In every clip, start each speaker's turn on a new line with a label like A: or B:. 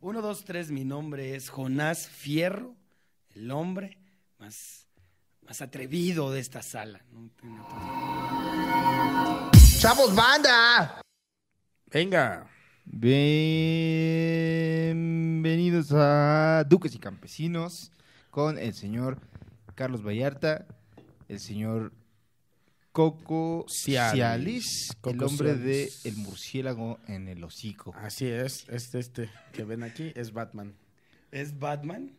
A: Uno, dos, tres, mi nombre es Jonás Fierro, el hombre más, más atrevido de esta sala. No tengo otro-
B: ¡Chavos, banda!
C: Venga.
B: Bienvenidos a Duques y Campesinos con el señor Carlos Vallarta, el señor Coco
C: Cialis.
B: Cialis, el
C: Coco
B: hombre de
C: Cialis.
B: el murciélago en el hocico.
C: Así es, este, este que ven aquí es Batman.
A: ¿Es Batman?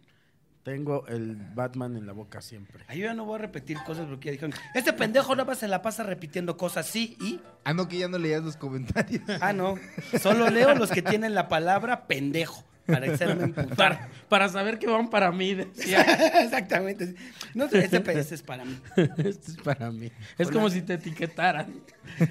C: Tengo el Batman en la boca siempre.
A: Ahí yo ya no voy a repetir cosas porque ya dijeron, este pendejo nada más se la pasa repitiendo cosas, sí, y...
B: Ah, no, que ya no leías los comentarios.
A: Ah, no, solo leo los que tienen la palabra pendejo para hacerme emputar.
C: Para, para saber que van para mí, decía.
A: Exactamente. No, ese, pe- ese es para mí.
C: Este es para mí. Es como si te etiquetaran.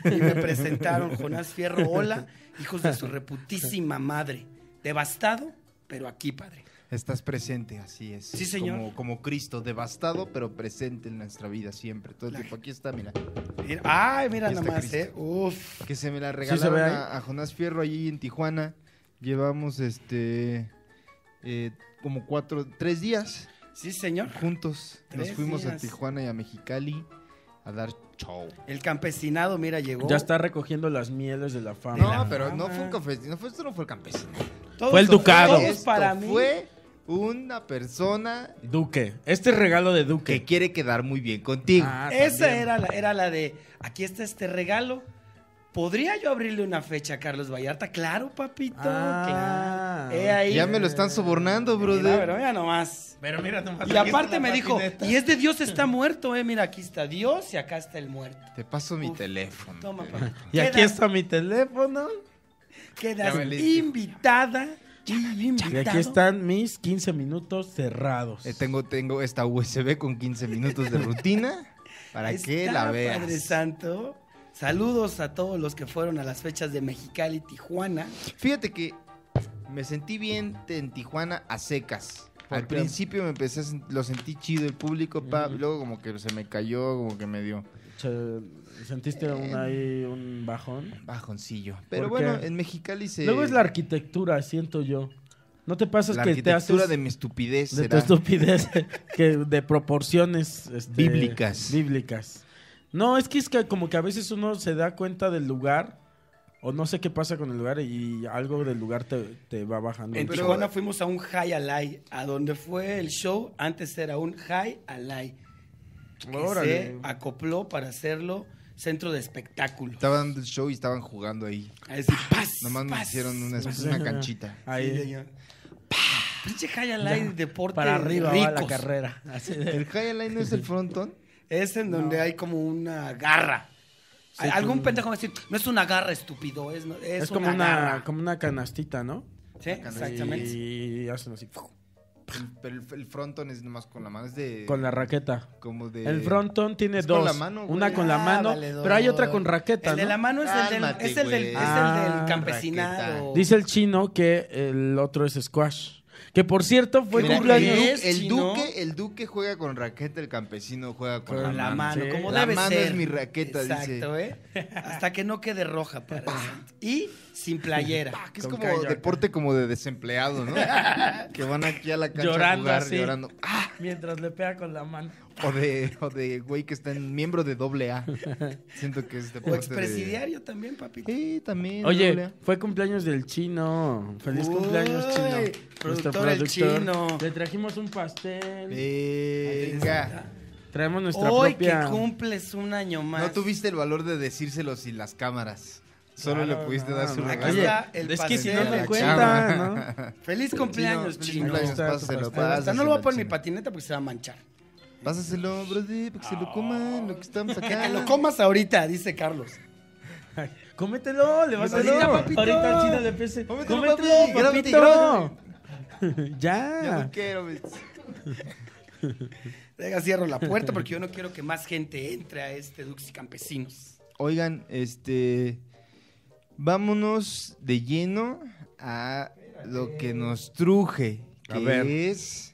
A: Y me presentaron Jonás Fierro, hola, hijos de su reputísima madre. Devastado, pero aquí, padre.
B: Estás presente, así es.
A: Sí, señor.
B: Como, como Cristo, devastado, pero presente en nuestra vida siempre. Todo el tiempo. Aquí está, mira.
A: Mira- Ay, mira
B: Aquí
A: nada
B: está
A: más,
B: Cristo.
A: ¿eh? Uf.
B: Que se me la
C: se ve
B: regalaron a, a Jonás Fierro allí en Tijuana. Llevamos este eh, como cuatro, tres días
A: Sí, señor.
B: juntos. Nos
A: Tres
B: fuimos a
A: días.
B: Tijuana y a Mexicali a dar show.
A: El campesinado, mira, llegó.
C: Ya está recogiendo las mieles de la fama.
B: No, pero no
A: fama.
B: fue un campesino, no fue, esto no fue el campesino.
A: Todos
C: Fue el
A: son-
C: ducado.
A: todos
B: Esto
A: para mí.
B: fue una persona
C: Duque. Este es regalo de Duque.
B: que quiere quedar muy bien contigo.
C: Ah,
A: Esa
C: también.
A: era la, era la de, aquí está este regalo. ¿Podría yo abrirle una fecha a Carlos Vallarta? Claro, papito,
C: Ah.
A: claro. He Eh, ahí.
B: ya me lo están sobornando,
A: Mira, pero
B: brother.
A: mira nomás.
C: Pero mira nomás.
A: Y
C: aquí
A: aparte
C: está
A: me
C: la
A: dijo,
C: patineta.
A: y es de Dios está muerto, eh. Mira, aquí está Dios y acá está el muerto.
B: Te paso mi
A: Uf,
B: teléfono. Eh,
A: Toma,
B: te-
A: papá.
C: Y aquí está mi teléfono.
A: Quedas
B: Ya me listo.
A: invitada y
C: Y
A: invitado.
C: aquí están mis 15 minutos cerrados.
B: Eh, tengo, tengo esta USB con 15 minutos de rutina para que
A: Está,
B: la veas.
A: Padre Santo. Saludos a todos los que fueron a las fechas de Mexicali y Tijuana.
B: Fíjate que me sentí bien te- en Tijuana a secas.
C: ¿Por
B: Al
C: qué?
B: principio me empecé a sen- lo sentí chido el público, pa,
C: Ujú.
B: luego como que se me cayó, como que me dio
C: Che, ¿Sentiste un, ahí un bajón?
B: bajoncillo. Pero
C: ¿Por qué?
B: bueno, en Mexicali se
C: Luego es la arquitectura, siento yo. ¿No te pasa
B: la
C: que te haces
B: arquitectura de mi estupidez
C: de tu
B: será.
C: estupidez, que de proporciones este,
B: Bíblicas.
C: Bíblicas. No, es que es que como que a veces uno se da cuenta del lugar o no sé qué pasa con el lugar y algo del lugar te, te va bajando.
A: En
B: Pero-
A: Tijuana fuimos a un High Alay, a donde fue el show. Antes era un High Alay. Que se
C: Órale.
A: acopló para hacerlo centro de espectáculo.
B: Estaban dando el show y estaban jugando ahí.
A: Así, paz,
B: Nomás nos
A: paz.
B: hicieron una,
C: Pues,
B: una
C: ajá.
B: canchita.
C: Ahí.
A: Sí, señor. Pinche High Alay
C: Ya,
A: deporte
C: para arriba va la
A: ricos.
C: carrera. Así de-
B: El Highline no es el frontón.
A: Es en donde hay como una garra.
C: Sí,
A: Algún
C: como-
A: pendejo va a decir, no es una garra, estúpido, es, no- es
C: es como una,
A: garra".
C: como una canastita, ¿no?
A: Sí, exactamente.
C: Y hacen así ¡fuu!
B: Pero el, el frontón es nomás con la mano, es de...
C: con la raqueta.
B: Como de...
C: El fronton tiene
B: Es
C: dos.
B: con la mano, güey.
C: una con la
A: Ah,
C: mano,
A: valedor.
C: pero hay otra con raqueta.
A: El de
C: ¿no?
A: la mano es el del,
B: Cálmate,
A: es el del,
B: güey.
A: es el del
C: Ah,
A: campesinado.
B: raqueta.
C: Dice el chino que el otro es squash. Que por cierto fue
B: Mira,
C: cumpleaños.
B: el,
A: es,
B: el
A: chino.
B: duque, el duque juega con raqueta, el campesino juega
C: "Ah,
B: con,
A: con la mano,
C: sí.
A: como
B: La
A: debe
B: mano
A: ser.
B: es mi raqueta,
A: Exacto, ¿eh? Hasta que no quede roja, padre. santo. Y sin playera.
B: Ah, que es
C: Con
B: como
C: callo acá.
B: deporte como de desempleado, ¿no? que van aquí a la cancha
C: Llorando
B: a jugar
C: así.
B: llorando. Ah,
C: Mientras le pega con la mano.
B: o de, o de güey que está en miembro de doble A. Siento que es
A: O
B: deporte Este de...
A: expresidiario también, papito.
B: Sí, también. doble
C: Oye,
B: A.
C: fue cumpleaños del chino. Feliz
A: Uy,
C: cumpleaños, chino. Nuestro
A: productor, el chino.
C: Le trajimos un pastel.
B: Venga.
C: Traemos nuestra
A: Hoy
C: propia.
A: que cumples un año más.
B: No tuviste el valor de decírselo sin las cámaras. Solo
C: Claro,
B: le pudiste
C: no,
B: dar su
C: no.
B: regalo.
A: Aquí
C: Oye,
A: está el
C: es que si no
A: pastel.
C: me
A: La
C: cuentan,
B: chava.
C: ¿no?
A: Feliz cumpleaños,
B: Feliz
A: chino.
B: cumpleaños,
C: Ahí está tu
B: pásaselo,
C: pastel.
A: Hasta
B: pásaselo,
A: no lo voy a poner en mi
B: chino.
A: patineta porque se va a manchar.
B: Pásaselo, brother, para que se lo coman, lo que estamos
A: Que
B: acá.
A: te lo comas ahorita, dice Carlos.
C: Cómetelo, le vas a decir.
B: Cómetelo, papito.
C: Ahorita al chino le pese.
B: Cómetelo,
C: Cómetelo,
B: papi, grábate,
C: papito.
B: Ya no
C: ya.
B: quiero, güey.
A: Deja, cierro la puerta porque yo no quiero que más gente entre a este Dux y Campesinos.
B: Oigan, este. Vámonos de lleno a lo que nos truje.
C: A
B: Que
C: ver.
B: es.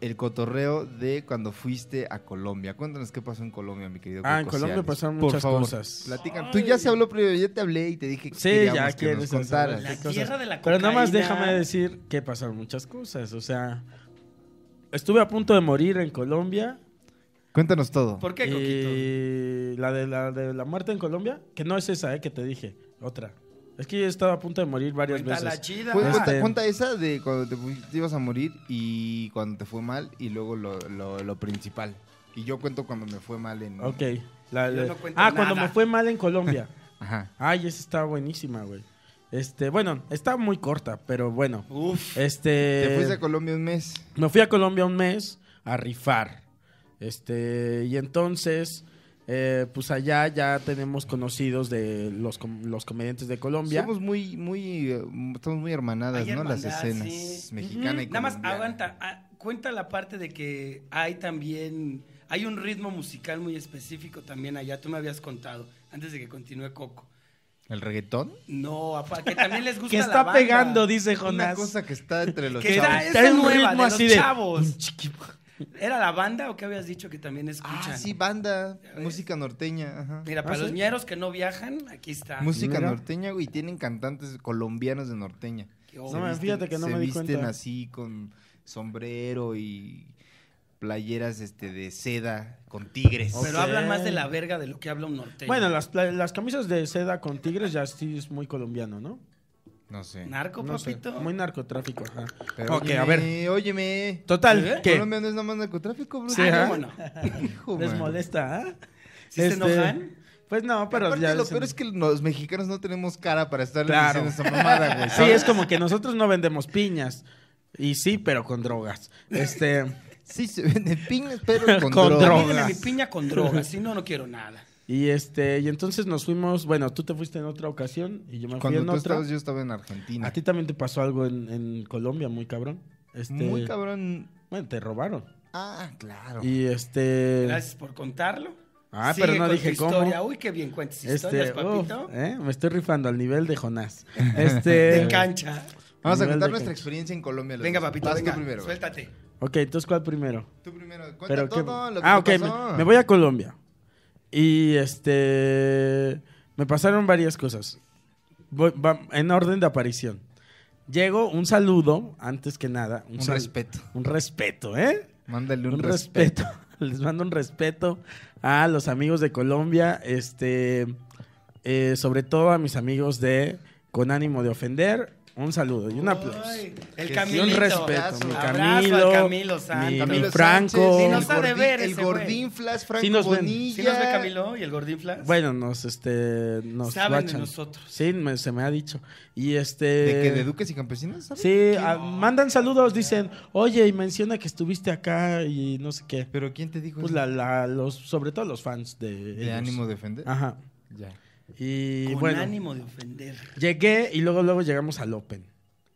B: el cotorreo de cuando fuiste a Colombia. Cuéntanos qué pasó en Colombia, mi querido.
C: Ah, en
B: Coco
C: Colombia
B: Ciales.
C: pasaron
B: Por
C: muchas
B: favor,
C: cosas.
B: Platican. Tú ya se habló primero, yo te hablé y te dije que
C: Sí,
B: queríamos
C: ya
B: que nos
C: quieres hacer
B: contaras.
A: La
C: qué cosas.
A: tierra de la
C: Pero nada más
A: cocaína.
C: déjame decir que pasaron muchas cosas. O sea, estuve a punto de morir en Colombia.
B: Cuéntanos todo.
A: ¿Por
C: Eh,
A: qué, Coquito?
C: y la de, la de la muerte en Colombia, que no es esa eh, que te dije, otra. Es que yo estaba a punto de morir varias
A: Cuenta la
C: veces.
A: chida.
B: Cu- cuenta,
C: Este-
B: cuenta esa de cuando te, fu- te ibas a morir y cuando te fue mal y luego lo, lo- lo principal. Y yo cuento cuando me fue mal en...
C: Ok. la-
A: Yo
C: la-
A: no cuento
C: ah, cuando
A: nada.
C: me fue mal en Colombia.
B: Ajá.
C: Ay, esa está buenísima, güey. Este, bueno, está muy corta, pero bueno.
A: Uf.
C: Este.
B: Te fuiste a Colombia un mes.
C: Me fui a Colombia un mes a rifar. Este, y entonces, eh, pues allá ya tenemos conocidos de los, com- los comediantes de Colombia.
B: Somos muy, muy, eh, estamos muy hermanadas,
A: Hay
B: ¿no? Las
A: hermandad,
B: escenas
A: sí.
B: mexicana y
A: Nada más
B: colombiana.
A: aguanta. ah, cuenta la parte de que hay también. Hay un ritmo musical muy específico también allá. Tú me habías contado antes de que continúe Coco.
B: ¿El reggaetón?
A: No, apa, que también les gusta.
C: Que
A: la
C: está
A: banda.
C: pegando, dice
B: Una
C: Jonás.
B: cosa que está entre los
A: Que
B: chavos.
A: está esa
C: Trae un
A: nueva,
C: ritmo
A: de
C: así
A: los
C: de-
A: chavos. ¿Era la banda o qué habías dicho que también escuchan?
B: Ah, sí, banda,
A: ves.
B: música norteña, ajá.
A: Mira,
C: Ah,
A: para
C: sí.
A: los ñeros que no viajan, aquí está.
B: Música
C: Mira.
B: norteña, güey, tienen cantantes colombianos de norteña.
A: Qué
C: No
A: obvio.
C: me- fíjate que no
B: se
C: me di
B: visten
C: cuenta.
B: así con sombrero y playeras este de seda con tigres.
C: Ok.
A: Pero hablan más de la verga de lo que habla un norteño.
C: Bueno, las, pla- las camisas de seda con tigres ya sí es muy colombiano, ¿no?
B: No sé.
A: Narco,
C: No sé,
A: papito.
C: muy narcotráfico, ajá.
B: Pero
C: ok, a ver.
B: Óyeme.
C: Total,
A: ¿Eh?
C: que
B: Colombia no es nada más narcotráfico, bro.
C: Sí,
A: Ah,
C: ajá.
A: ¿cómo no?
B: Hijo,
C: les
B: man.
C: molesta, ¿ah?
A: ¿Sí se enojan?
C: Pues no, pero
B: Aparte,
C: ya...
B: lo
C: se-
B: peor es que los mexicanos no tenemos cara para estar
C: Claro.
B: diciendo esa mamada, güey.
C: Sí,
B: ¿sabes?
C: es como que nosotros no vendemos piñas. Y sí, pero con drogas. Este,
B: Sí, se venden piñas, pero con,
C: Con
B: droga.
A: Díganle mi
C: drogas.
A: piña con drogas, si no, no quiero nada.
C: y este, y entonces nos fuimos, bueno, tú te fuiste en otra ocasión y yo me fui
B: Cuando
C: en
B: tú
C: otra.
B: estabas, yo estaba en Argentina.
C: A ti también te pasó algo en, en Colombia, muy cabrón. Este,
B: Muy cabrón.
C: Bueno, te robaron.
B: Ah, claro.
C: Y este.
A: Gracias por contarlo.
C: Ah,
A: Sigue
C: pero no
A: con
C: dije
A: tu
C: cómo.
A: historia. Uy, qué bien cuentas historias,
C: Este, uf,
A: papito.
C: ¿eh? Me estoy rifando al nivel de Jonás. Este.
A: De cancha.
B: Vamos a
C: nivel
B: contar
C: de
B: nuestra
C: cancha.
B: experiencia en Colombia. los
A: Venga,
B: dos.
A: papito,
B: Vas
A: venga.
B: tú primero. güey.
A: Suéltate.
C: ok, entonces, ¿cuál primero?
B: Tú primero. Cuenta
C: Pero qué-
B: todo lo que
C: ah,
B: te
C: ok,
B: pasó.
C: me, me voy a Colombia. Y este. Me pasaron varias cosas. Voy- va- en orden de aparición. Llego, un saludo, antes que nada.
B: Un
C: sal-
B: respeto.
C: Un respeto, ¿eh?
B: Mándale
C: Un,
B: un, respeto.
C: respeto. Les mando un respeto a los amigos de Colombia. Este. eh, sobre todo a mis amigos de Con ánimo de ofender. Un saludo y un aplauso.
A: Ay, El
B: Que
A: Camilito.
C: Y un respeto, mi
A: Abrazo
C: Camilo,
A: al Camilo Santos.
C: mi-
B: Camilo
C: mi Franco.
B: Sánchez,
A: Sí, nos
B: el
A: ha de
B: gordín-
A: ver
B: El
A: ese güey.
B: gordín Flash, Franco
C: Sí nos ven.
B: Bonilla.
A: ¿Sí nos ve Camilo y el Gordín Flash?
C: Bueno, nos, este, nos
A: Saben de
C: guachan.
A: nosotros.
C: Sí, me- se me ha dicho. Y este...
B: ¿De que de Duques y Campesinos? ¿sabes?
C: Sí, ah, mandan saludos, dicen, oye, y menciona que estuviste acá y no sé qué.
B: ¿Pero quién te dijo
C: Pues
B: eso?
C: la, la- los, sobre todo los fans de...
B: ¿De
C: ellos. Ah,
B: ánimo de defender?
C: Ajá.
B: Ya.
C: Y
A: con
C: bueno,
A: ánimo de ofender.
C: llegué y luego, luego llegamos al Open.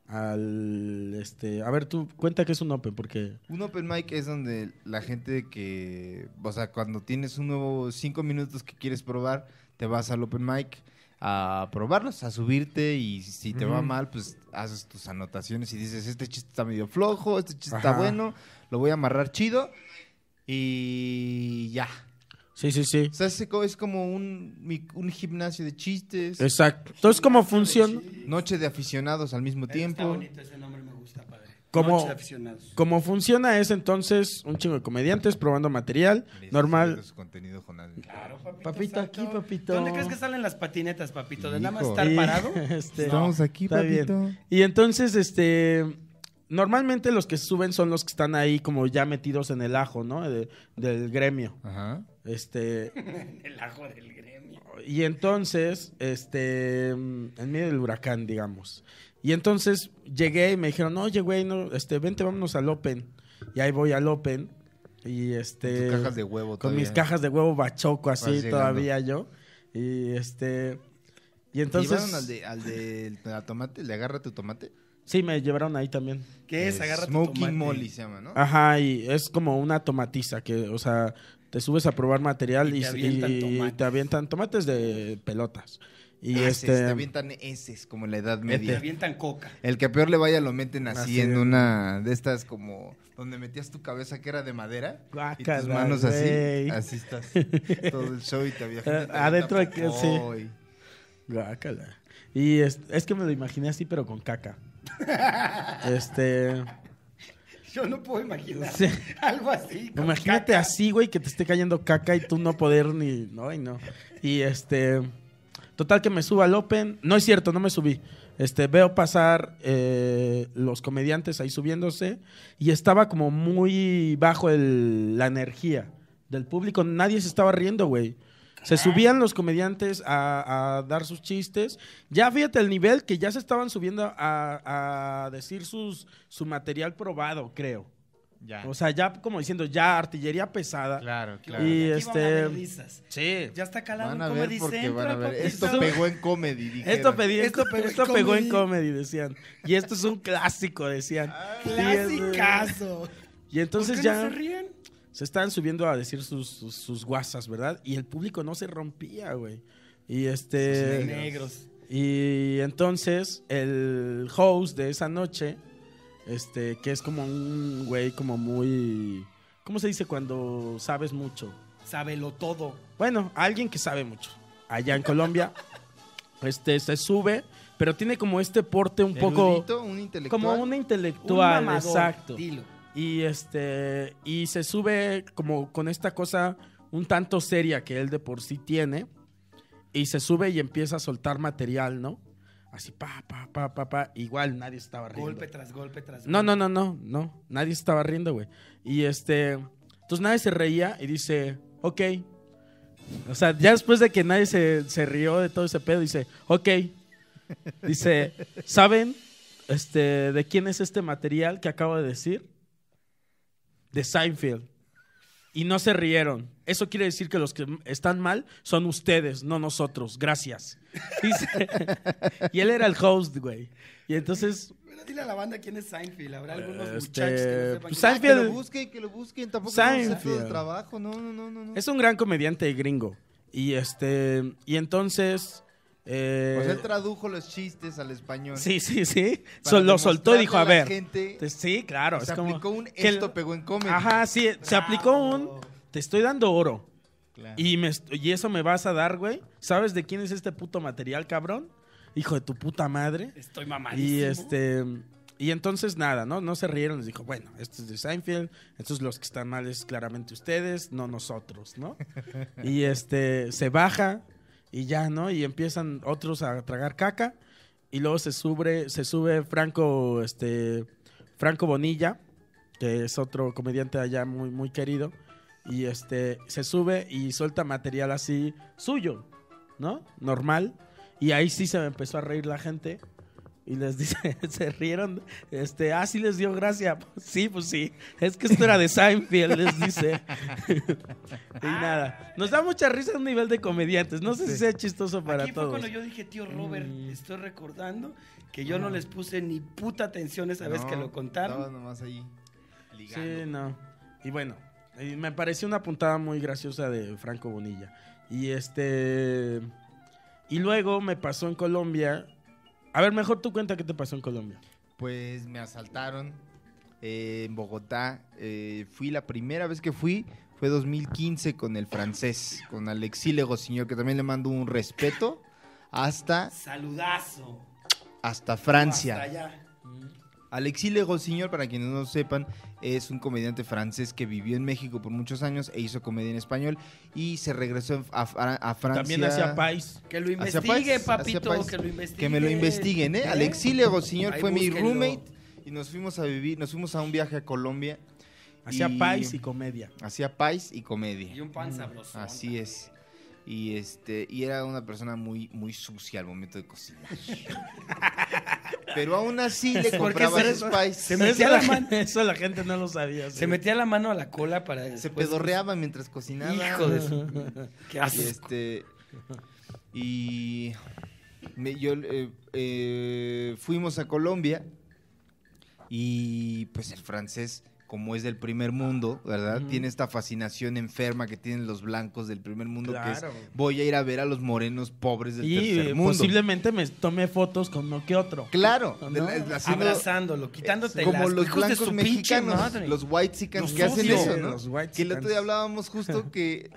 C: Al, este, a ver, tú cuenta que es un Open, porque...
B: Un open mic es donde la gente que, o sea, cuando tienes un nuevo cinco minutos que quieres probar, te vas al open mic a probarlos, a subirte y si te va
C: Ujú.
B: mal, pues haces tus anotaciones y dices, este chiste está medio flojo, este chiste está
C: Ajá.
B: bueno, lo voy a amarrar chido y ya.
C: Sí, sí, sí.
B: O sea, es co- es como un, mi- un gimnasio de chistes,
C: Exacto. Entonces, ¿cómo funciona?
B: noche de aficionados al mismo
A: Está
B: tiempo.
A: bonito ese nombre, me gusta, padre.
C: Como-
A: Noche de aficionados.
C: Como funciona es entonces un chingo de comediantes probando material, normal,
B: Su contenido, Jonás.
A: Claro, papito. exacto.
C: Papito, aquí, papito.
A: ¿Dónde crees que salen las patinetas, papito? ¿De nada más
B: Hijo.
A: estar
C: Y-
A: parado?
C: este,
B: Estamos aquí,
C: está bien.
B: papito.
C: Y entonces, este, normalmente los que suben son los que están ahí como ya metidos en el ajo, ¿no? De- del gremio.
B: Ajá.
C: Este,
A: El ajo del gremio.
C: y entonces, este, mm, en medio del huracán, digamos. Y entonces llegué y me dijeron, oye, güey, no, este, vente, vámonos al Open. Y ahí voy al Open. Y este.
B: Tus cajas de huevo
C: Con mis
B: todavía.
C: cajas de huevo bachoco así
B: llegando.
C: todavía yo. Y este. Y
B: Entonces,
C: entonces.
B: al de, al de la tomate, le agarra tu tomate.
C: Sí, me llevaron ahí también.
A: ¿Qué es?
B: Eh,
A: Agarra tu Este,
B: Smoking
A: tomate.
B: Molly se llama, ¿no?
C: Ajá, y es como una tomatiza que, o sea, te subes a probar material
A: Y
C: y,
A: te avientan
C: y- y
A: tomates.
C: te avientan tomates de pelotas. Y
B: Ases,
C: este.
B: Te Ah, avientan eses, como en la Edad
A: Te
B: Media.
A: avientan coca.
B: El que peor le vaya lo meten así,
C: Así
B: en
C: es.
B: una de estas como donde metías tu cabeza que era de madera y
C: Guácala,
B: tus manos así,
C: güey.
B: así estás. Todo el show y te había
C: Eh,
B: gente te
C: adentro
B: avienta
C: de que- sí.
B: popó y-
C: Guácala. Y es, es que me lo imaginé así, pero con caca. Este.
A: Yo no puedo imaginar
C: Sí.
A: algo así. con
C: Imagínate
A: caca.
C: así, güey, que te esté cayendo caca y tú no poder ni. No, y no. Y este. Total que me subo al Open. No es cierto, no me subí. Este, veo pasar eh, los comediantes ahí subiéndose y estaba como muy bajo el- la energía del público. Nadie se estaba riendo, güey. Se subían los comediantes a, a dar sus chistes. Ya fíjate el nivel que ya se estaban subiendo a, a decir sus, su material probado, creo.
B: Ya.
C: O sea, ya como diciendo, ya artillería pesada.
B: claro,
A: Aquí
C: Y,
A: van a
C: este,
A: haber risas.
C: Sí.
A: Ya está calado
B: Van a
A: en
B: ver
A: Comedy
B: porque
A: Central,
B: van a ver.
A: papito.
B: Esto pegó en comedy, dijeron.
C: Esto, pedí-
A: Esto
C: esto,
A: pegó en
C: esto pegó
A: comedy.
C: en comedy, decían. Y esto es un clásico, decían.
A: Ah, Clasicazo.
C: Y entonces
A: ¿Por qué
C: ya
A: no se ríen?
C: se estaban subiendo a decir sus, sus, sus guasas, ¿verdad? Y el público no se rompía, güey. Y
A: Los
C: este.
A: negros.
C: Y entonces el host de esa noche, este, que es como un güey como muy. ¿Cómo se dice cuando sabes mucho?
A: Sábelo todo.
C: Bueno, alguien que sabe mucho. Allá en Colombia, este, se sube, pero tiene como este porte un poco.
B: Erudito, un intelectual.
C: Como un
A: Un
C: intelectual,
A: mamador,
C: exacto.
A: Dilo.
C: Y este. Y se sube como con esta cosa un tanto seria que él de por sí tiene. Y se sube y empieza a soltar material, ¿no? Así, pa, pa, pa, pa, pa. Igual nadie estaba riendo.
A: Golpe tras golpe tras golpe.
C: No, no, no, no, no. Nadie se estaba riendo, güey. Y este. Entonces nadie se reía y dice, ok. O sea, ya después de que nadie se, se rió de todo ese pedo, dice, ok. Dice, ¿saben este, de quién es este material que acabo de decir? De Seinfeld. Y no se rieron. Eso quiere decir que los que están mal son ustedes, no nosotros. Gracias. Dice- y él era el host, güey. Y entonces
A: Bueno, dile a la banda quién es Seinfeld. Habrá algunos
C: Este,
A: muchachos que no sepan quién
C: pues,
A: es.
B: Ah, que lo
C: Seinfeld.
B: busquen, que lo busquen. Tampoco es
C: Seinfeld.
B: tanto trabajo. No, no, no, no. no.
C: Es un gran comediante gringo. Y este. Y entonces. eh,
B: O sea, Pues él tradujo los chistes al español.
C: sí, sí, sí.
B: Para
C: Sol- lo soltó y dijo, a
B: demostrarle la
C: ver.
B: gente,
C: te- sí, claro.
B: se
C: es como
B: aplicó un
C: que el-
B: esto pegó en comedy.
C: Ajá, sí. Se aplicó un. Te estoy dando oro.
B: Claro.
C: Y, me, est- y eso me vas a dar, güey. ¿Sabes de quién es este puto material, cabrón? Hijo de tu puta madre.
A: Estoy mamadísimo.
C: Y este. Y entonces nada, ¿no? No se rieron. Les dijo, bueno, esto es de Seinfeld. Entonces los que están mal es claramente ustedes, no nosotros, ¿no? y este. Se baja y ya, ¿no? Y empiezan otros a tragar caca. Y luego se sube, se sube Franco, este. Franco Bonilla, que es otro comediante allá muy, muy querido. Y este. Se sube y suelta material así suyo, ¿no? Normal. Y ahí sí se me empezó a reír la gente. Y les dice, se rieron, este, ah, sí les dio gracia. Sí, pues sí, es que esto era de Seinfeld, les dice. y nada, nos da mucha risa un nivel de comediantes, no sé si sea chistoso para
A: Aquí fue
C: todos.
A: cuando yo dije, tío Robert,
C: Mm.
A: estoy recordando que yo no les puse ni puta atención esa vez
B: No,
A: que lo contaron.
B: Estabas nomás ahí
C: Sí,
B: ligando.
C: no. Y bueno, y me pareció una puntada muy graciosa de Franco Bonilla. Y este... Y luego me pasó en Colombia... A ver, mejor tú cuenta qué te pasó en Colombia.
B: Pues me asaltaron eh, en Bogotá. Eh, fui la primera vez que fui, fue 2015 con el francés, con Alexis Legosiñor, que también le mando un respeto hasta,
A: Saludazo.
B: hasta Francia.
A: Hasta allá.
B: Alexis Legosiñor, para quienes no lo sepan, es un comediante francés que vivió en México por muchos años e hizo comedia en español y se regresó a, a- a Francia.
C: También hacia País.
A: Que lo
B: Hacia
A: investigue,
B: País, hacia
A: papito.
B: País.
A: Que lo investigue.
B: Que me lo investiguen, ¿eh? Alexílego, señor,
A: Ahí
B: fue mi
A: búsquenlo.
B: roommate y nos fuimos a vivir, nos fuimos a un viaje a Colombia.
C: Hacia
B: y-
C: País y comedia.
B: Hacía pais y
A: Y
B: comedia.
A: un pan sabroso.
B: Mm, Así es. Y este y era una persona muy muy sucia al momento de cocinar. Pero aún así le
A: ¿Por qué
B: compraba
A: se-
B: sus pais.
A: se
B: Se,
A: me-
B: me...
A: metía
C: eso,
A: la
C: la
A: mano.
C: eso la gente no lo sabía. sí.
A: Se metía la mano a la cola para. después-
B: pedorreaba mientras cocinaba.
A: Hijo de su. Qué
B: Y
A: asco.
B: este. Y. me- yo, eh, eh, fuimos a Colombia. Y pues el francés como es del primer mundo, ¿verdad?
C: Ujú.
B: Tiene esta fascinación enferma que tienen los blancos del primer mundo, que es
C: Claro.
B: voy a ir a ver a los morenos pobres del
C: Y
B: tercer
C: eh,
B: mundo.
C: posiblemente me tomé fotos con no que otro.
B: Claro,
C: ¿No?
B: de la- haciendo- eh,
A: Abrazándolo, quitándote
B: como
A: las
B: los
A: hijos de
B: blancos
A: su pinche
B: mexicanos,
A: madre.
B: los white chickens
C: Los
B: que hacen
C: odio.
B: eso, ¿no?
C: Los white
B: que el otro día
C: chickens.
B: hablábamos justo que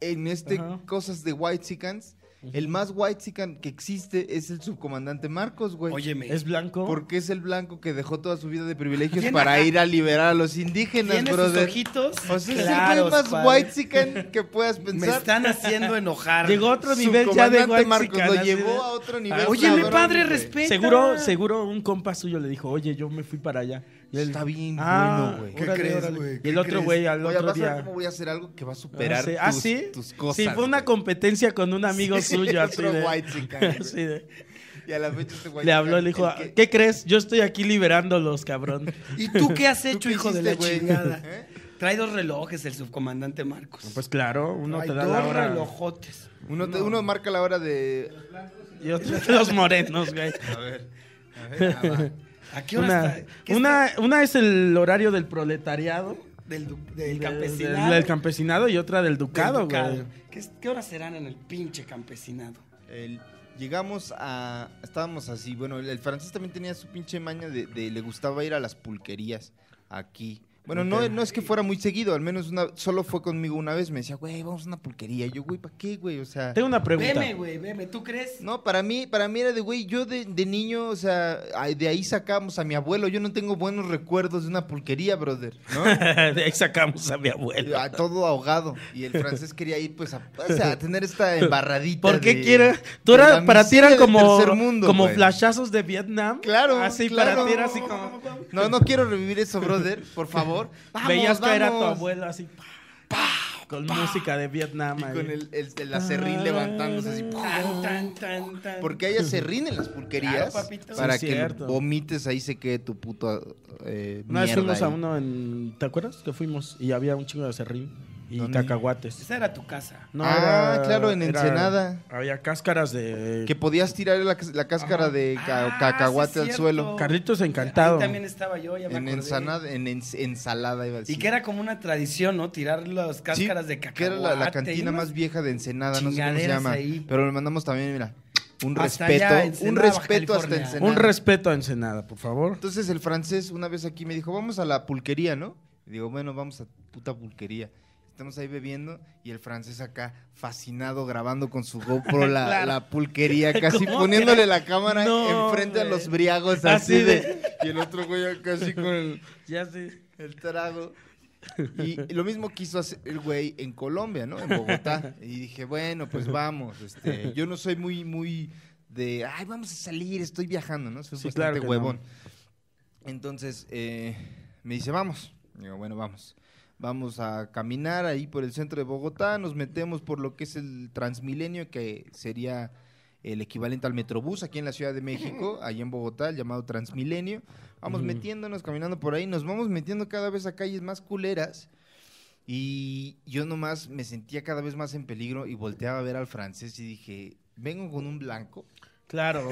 B: en este
C: Ajá.
B: cosas de white chickens, el más white chicken que existe es el subcomandante Marcos, güey.
A: Óyeme,
C: Es blanco.
B: Porque es el blanco que dejó toda su vida de privilegios
A: Tiene-
B: para ir a liberar a los indígenas,
A: tiene sus
B: brother.
A: ojitos.
B: O sea, es el
A: claros,
B: güey más
A: padre.
B: white chicken que puedas
A: Me
B: pensar.
A: están haciendo enojar.
C: Llegó otro nivel ya de
B: Subcomandante
C: white
B: Marcos
C: chican,
B: lo
C: así
B: llevó
C: de-
B: a otro nivel.
A: ¿eh? Oye, mi
B: cabrón,
A: padre,
B: güey.
A: respeta.
C: Seguro, seguro un compa suyo le dijo, oye, yo me fui para allá. Y él-
B: Está bien bueno, güey.
A: Ah, ¿Qué
C: órale,
A: crees,
C: órale.
A: güey?
C: Y
A: ¿Qué
C: el otro
A: crees?
C: güey al
B: Oye,
C: otro
B: vas a ver
C: día.
B: cómo voy a hacer algo que va a superar
C: Ah, sí.
B: tus,
C: Ah, sí.
B: tus cosas.
C: Sí, fue una
B: güey.
C: competencia con un amigo
B: Sí,
C: suyo. así
B: otro
C: de-
B: white chican, güey.
C: así de-
B: Y a la fecha este güey
C: le habló, le dijo,
B: el que-
C: ¿qué crees? Yo estoy aquí liberándolos, cabrón.
A: ¿Y tú qué has
B: ¿tú
A: hecho,
B: qué
A: hijo de
B: hiciste,
A: la
B: güey?
A: chingada?
B: ¿Eh?
A: Trae dos relojes el subcomandante Marcos.
C: Pues claro, uno
A: Trae
C: te da
A: dos
C: la hora.
A: relojotes.
B: Uno, te- uno marca la hora de.
C: Y otro de los morenos, güey.
B: A ver. A ver. ah, va.
A: ¿A qué hora
C: Una,
A: está? ¿Qué
C: una, una es el horario del proletariado.
A: está? Del, du- del
C: de-
A: campesinado.
C: Del, campesinado y otra del
A: Del
C: ducado,
A: ducado.
C: güey.
A: ¿Qué, qué horas serán en el pinche campesinado?
B: El- llegamos a. Estábamos así. Bueno, el, el francés también tenía su pinche maña de, de- Le gustaba ir a las pulquerías aquí. Bueno, no, no es que fuera muy seguido, al menos una, solo fue conmigo una vez. Me decía, güey, vamos a una pulquería. Y yo, güey, ¿para qué, güey? O sea.
C: Tengo una pregunta.
A: Veme, güey, veme. ¿Tú crees?
B: No, para mí, para mí era de, güey, yo de, de niño, o sea, ay, de ahí sacamos a mi abuelo. Yo no tengo buenos recuerdos de una pulquería, brother, ¿no?
C: De ahí sacamos a mi abuelo.
B: Ah, Todo ahogado. Y el francés quería ir, pues, a, o sea, a tener esta embarradita.
C: ¿Por qué
B: de-
C: quiere? Tú
B: de
C: era,
B: la
C: para ti eran
B: miseria del
C: como,
B: tercer mundo,
C: como
B: güey.
C: flashazos de Vietnam.
B: Claro,
C: Así
B: claro.
C: para ti era así como.
B: No, no quiero revivir eso, brother, por favor. Vamos,
C: veías caer a tu
B: vamos.
C: abuelo así. pa, con música de Vietnam.
B: Y
C: ahí.
B: con el, el, el acerrín levantándose así. ¡pum!
C: Ah.
A: Tan, tan, tan, tan.
B: Porque hay acerrín en las
A: Claro,
B: pulquerías
A: papito.
B: para
C: Sí,
B: que
C: cierto.
B: vomites ahí se quede tu puta eh,
C: Una vez
B: mierda
C: fuimos a
B: ahí.
C: uno en. ¿Te acuerdas? Que fuimos y había un chingo de serrín y
B: ¿Dónde?
C: cacahuates.
A: Esa era tu casa.
C: No,
B: Ah,
C: era-
B: claro, en
C: era-
B: Ensenada.
C: Había cáscaras de.
B: Que podías tirar la, la cáscara de ca-
A: Ah,
B: cacahuate
A: sí es
B: al suelo.
A: cierto.
C: Carlitos
A: Ahí
C: encantado.
A: también estaba yo, ya me
B: En
A: acordé.
B: ensalada, en ens- ensalada iba a
A: Y
B: decir.
A: que era como una tradición, ¿no? Tirar las
B: Sí,
A: cáscaras de cacahuate.
B: Que era la, la
A: y
B: cantina
A: unas-
B: más vieja de Ensenada, no sé cómo se
A: chingaderas
B: llama.
A: ahí.
B: Pero le mandamos también, mira, un
A: Hasta
B: respeto,
A: allá,
B: un
A: Ensenada, Baja
B: respeto hasta
A: California.
B: Ensenada.
C: Un respeto a Ensenada, por favor.
B: Entonces el francés una vez aquí me dijo, vamos a la pulquería, ¿no? Y digo, bueno, vamos a puta pulquería. Estamos ahí bebiendo y el francés acá, fascinado, grabando con su GoPro la,
C: Claro.
B: la pulquería, casi
C: ¿Cómo
B: poniéndole
C: crees?
B: la cámara
C: No,
B: enfrente a
C: güey.
B: los briagos así,
C: Así
B: de...
C: de-
B: Y el otro güey acá así con el,
C: Ya sé.
B: el trago. Y lo mismo quiso hacer el güey en Colombia, ¿no? En Bogotá. Y dije, bueno, pues vamos. Este, yo no soy muy, muy de, ay, vamos a salir, estoy viajando, ¿no? Soy
C: Sí, claro
B: bastante
C: que no.
B: huevón. Entonces, eh, me dice, vamos. Digo, bueno, vamos. Vamos a caminar ahí por el centro de Bogotá, nos metemos por lo que es el Transmilenio, que sería el equivalente al Metrobús aquí en la Ciudad de México, allá en Bogotá, el llamado Transmilenio. Vamos
C: Ujú.
B: metiéndonos, caminando por ahí, nos vamos metiendo cada vez a calles más culeras. Y yo nomás me sentía cada vez más en peligro y volteaba a ver al francés y dije, vengo con un blanco.
C: Claro.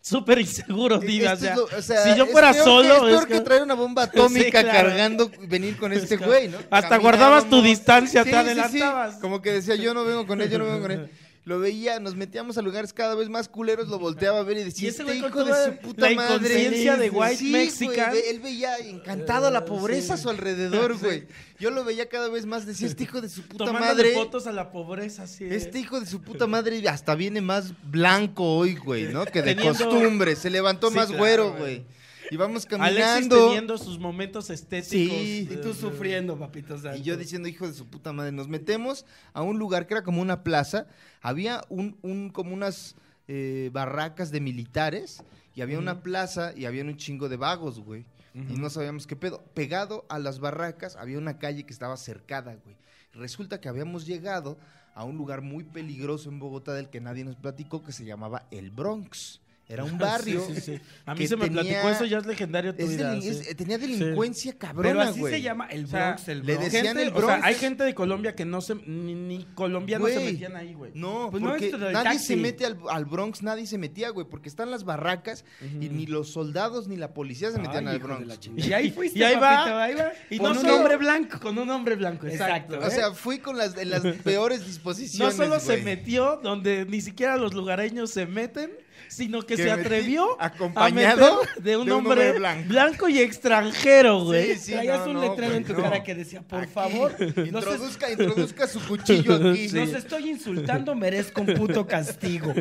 C: Súper inseguro, diga. O
B: Esto es
C: sea,
B: lo- o sea,
C: si yo
B: es
C: fuera
B: peor que-
C: solo.
B: es peor
C: es
B: que,
C: que-
B: traer una bomba atómica
C: Sí, claro.
B: cargando, venir con este
C: Es que-
B: güey, ¿no?
C: Hasta guardabas tu distancia, te
B: Sí, sí, sí.
C: adelantabas.
B: Como que decía, yo no vengo con él, yo no vengo con él. Lo veía, nos metíamos a lugares cada vez más culeros, lo volteaba a ver y decía,
C: Y ese
B: este
C: güey con
B: hijo de
C: toda
B: su puta
C: la
B: madre.
C: inconsciencia de white
B: Sí,
C: mexican.
B: güey, él veía encantado la
C: Eh,
B: pobreza a
C: sí.
B: su alrededor, güey. Yo lo veía cada vez más, decía, este hijo de su puta
C: Tomándole
B: madre.
C: fotos a la pobreza, así. de-
B: Este hijo de su puta madre hasta viene más blanco hoy, güey, ¿no? Que de
C: Teniendo-
B: costumbre. Se levantó
C: Sí,
B: más
C: claro,
B: güero,
C: güey.
B: güey. Y vamos
C: Alexis
B: caminando.
C: teniendo sus momentos estéticos.
B: Sí.
A: Y tú sufriendo, papito santo.
B: Y yo diciendo, hijo de su puta madre, nos metemos a un lugar que era como una plaza. Había un, un como unas eh, barracas de militares y había una plaza y había un chingo de vagos, güey. Y no sabíamos qué pedo. Pegado a las barracas había una calle que estaba cercada, güey. Resulta que habíamos llegado a un lugar muy peligroso en Bogotá del que nadie nos platicó que se llamaba El Bronx. Era un barrio.
C: Sí, sí, sí. A mí
B: que
C: se me
B: tenía-
C: platicó eso, ya es legendario tu
B: Es
C: vida.
B: delin-
C: sí.
B: es- tenía delincuencia cabrona,
A: Pero así
B: güey.
A: se llama el
C: O sea,
A: Bronx, el
B: le
A: Bronx.
B: decían
C: Gente-
B: el
C: o sea,
B: Bronx.
C: hay gente de Colombia que no se. Ni, ni colombianos se
B: Güey.
C: metían ahí, güey.
B: No,
A: Pues no,
B: porque
A: esto del
B: nadie
A: taxi.
B: se mete al, al Bronx, nadie se metía, güey, porque están las barracas y ni los soldados ni la policía se metían
A: Ay,
B: al
A: hijo de la
B: Bronx.
A: chingada. Y ahí fuiste,
C: Y ahí va.
A: Este papito, ¿eh? ahí va.
C: Y
A: Con un
C: no solo-
A: hombre blanco.
C: Con un hombre blanco, exacto.
A: Exacto.
C: ¿eh?
B: O sea, fui con las, en las peores
C: no
B: disposiciones.
C: solo se
B: güey.
C: metió donde ni siquiera los lugareños se meten, sino que
B: Que
C: se
B: metí
C: atrevió a
B: acompañado
C: meter de un
B: de un
C: hombre,
B: hombre blanco.
C: y extranjero, güey.
B: Sí, sí,
A: Traías
B: no,
A: un
B: no,
A: letrero
B: güey,
A: en tu
B: no.
A: cara que decía, por
B: Aquí,
A: favor, no se
B: Introduzca, introduzca su cuchillo aquí.
A: Los estoy insultando, merezco un puto castigo.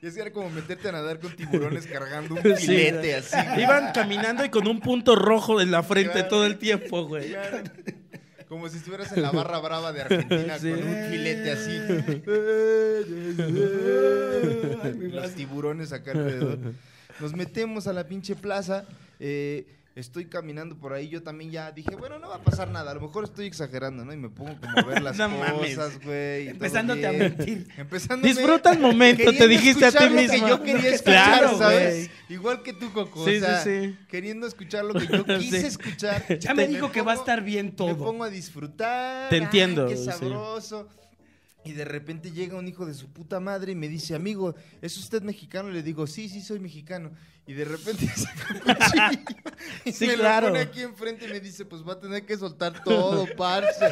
B: Y es que era como meterte a nadar con tiburones cargando un
C: Sí.
B: filete así. güey.
C: Iban caminando y con un punto rojo en la frente
B: Claro.
C: todo el tiempo, güey.
B: Claro. Como si estuvieras en la barra brava de Argentina
C: Sí.
B: con un filete
A: Ay,
B: así.
A: mi
B: Los tiburones acá alrededor. Nos metemos a la pinche plaza. eh, estoy caminando por ahí. Yo también ya dije, bueno, no va a pasar nada. A lo mejor estoy exagerando, ¿no? Y me pongo como a ver las
C: No mames.
B: cosas, güey. y todo
A: Empezándote a
B: bien.
A: mentir.
B: Empezándome-
C: Disfruta el momento, te
B: queriendo
C: dijiste a ti
B: escuchar lo
C: mismo.
B: Que yo quería escuchar,
C: Claro,
B: ¿sabes? Igual que tú, Coco.
C: Sí,
B: o sea,
C: sí, sí.
B: Queriendo escuchar lo que yo quise
C: Sí.
B: escuchar.
A: Ya me
B: Te-
A: dijo que va a
B: pongo-
A: estar bien
B: me
A: todo.
B: pongo a disfrutar.
C: Te
B: ay,
C: entiendo,
B: qué
C: sí.
B: sabroso. Y de repente llega un hijo de su puta madre y me dice, amigo, ¿es usted mexicano? Le digo, sí, sí, soy mexicano. Y de repente saca un cuchillo y
C: Sí,
B: me
C: claro.
B: lo pone aquí enfrente y me dice, pues va a tener que soltar todo, parce.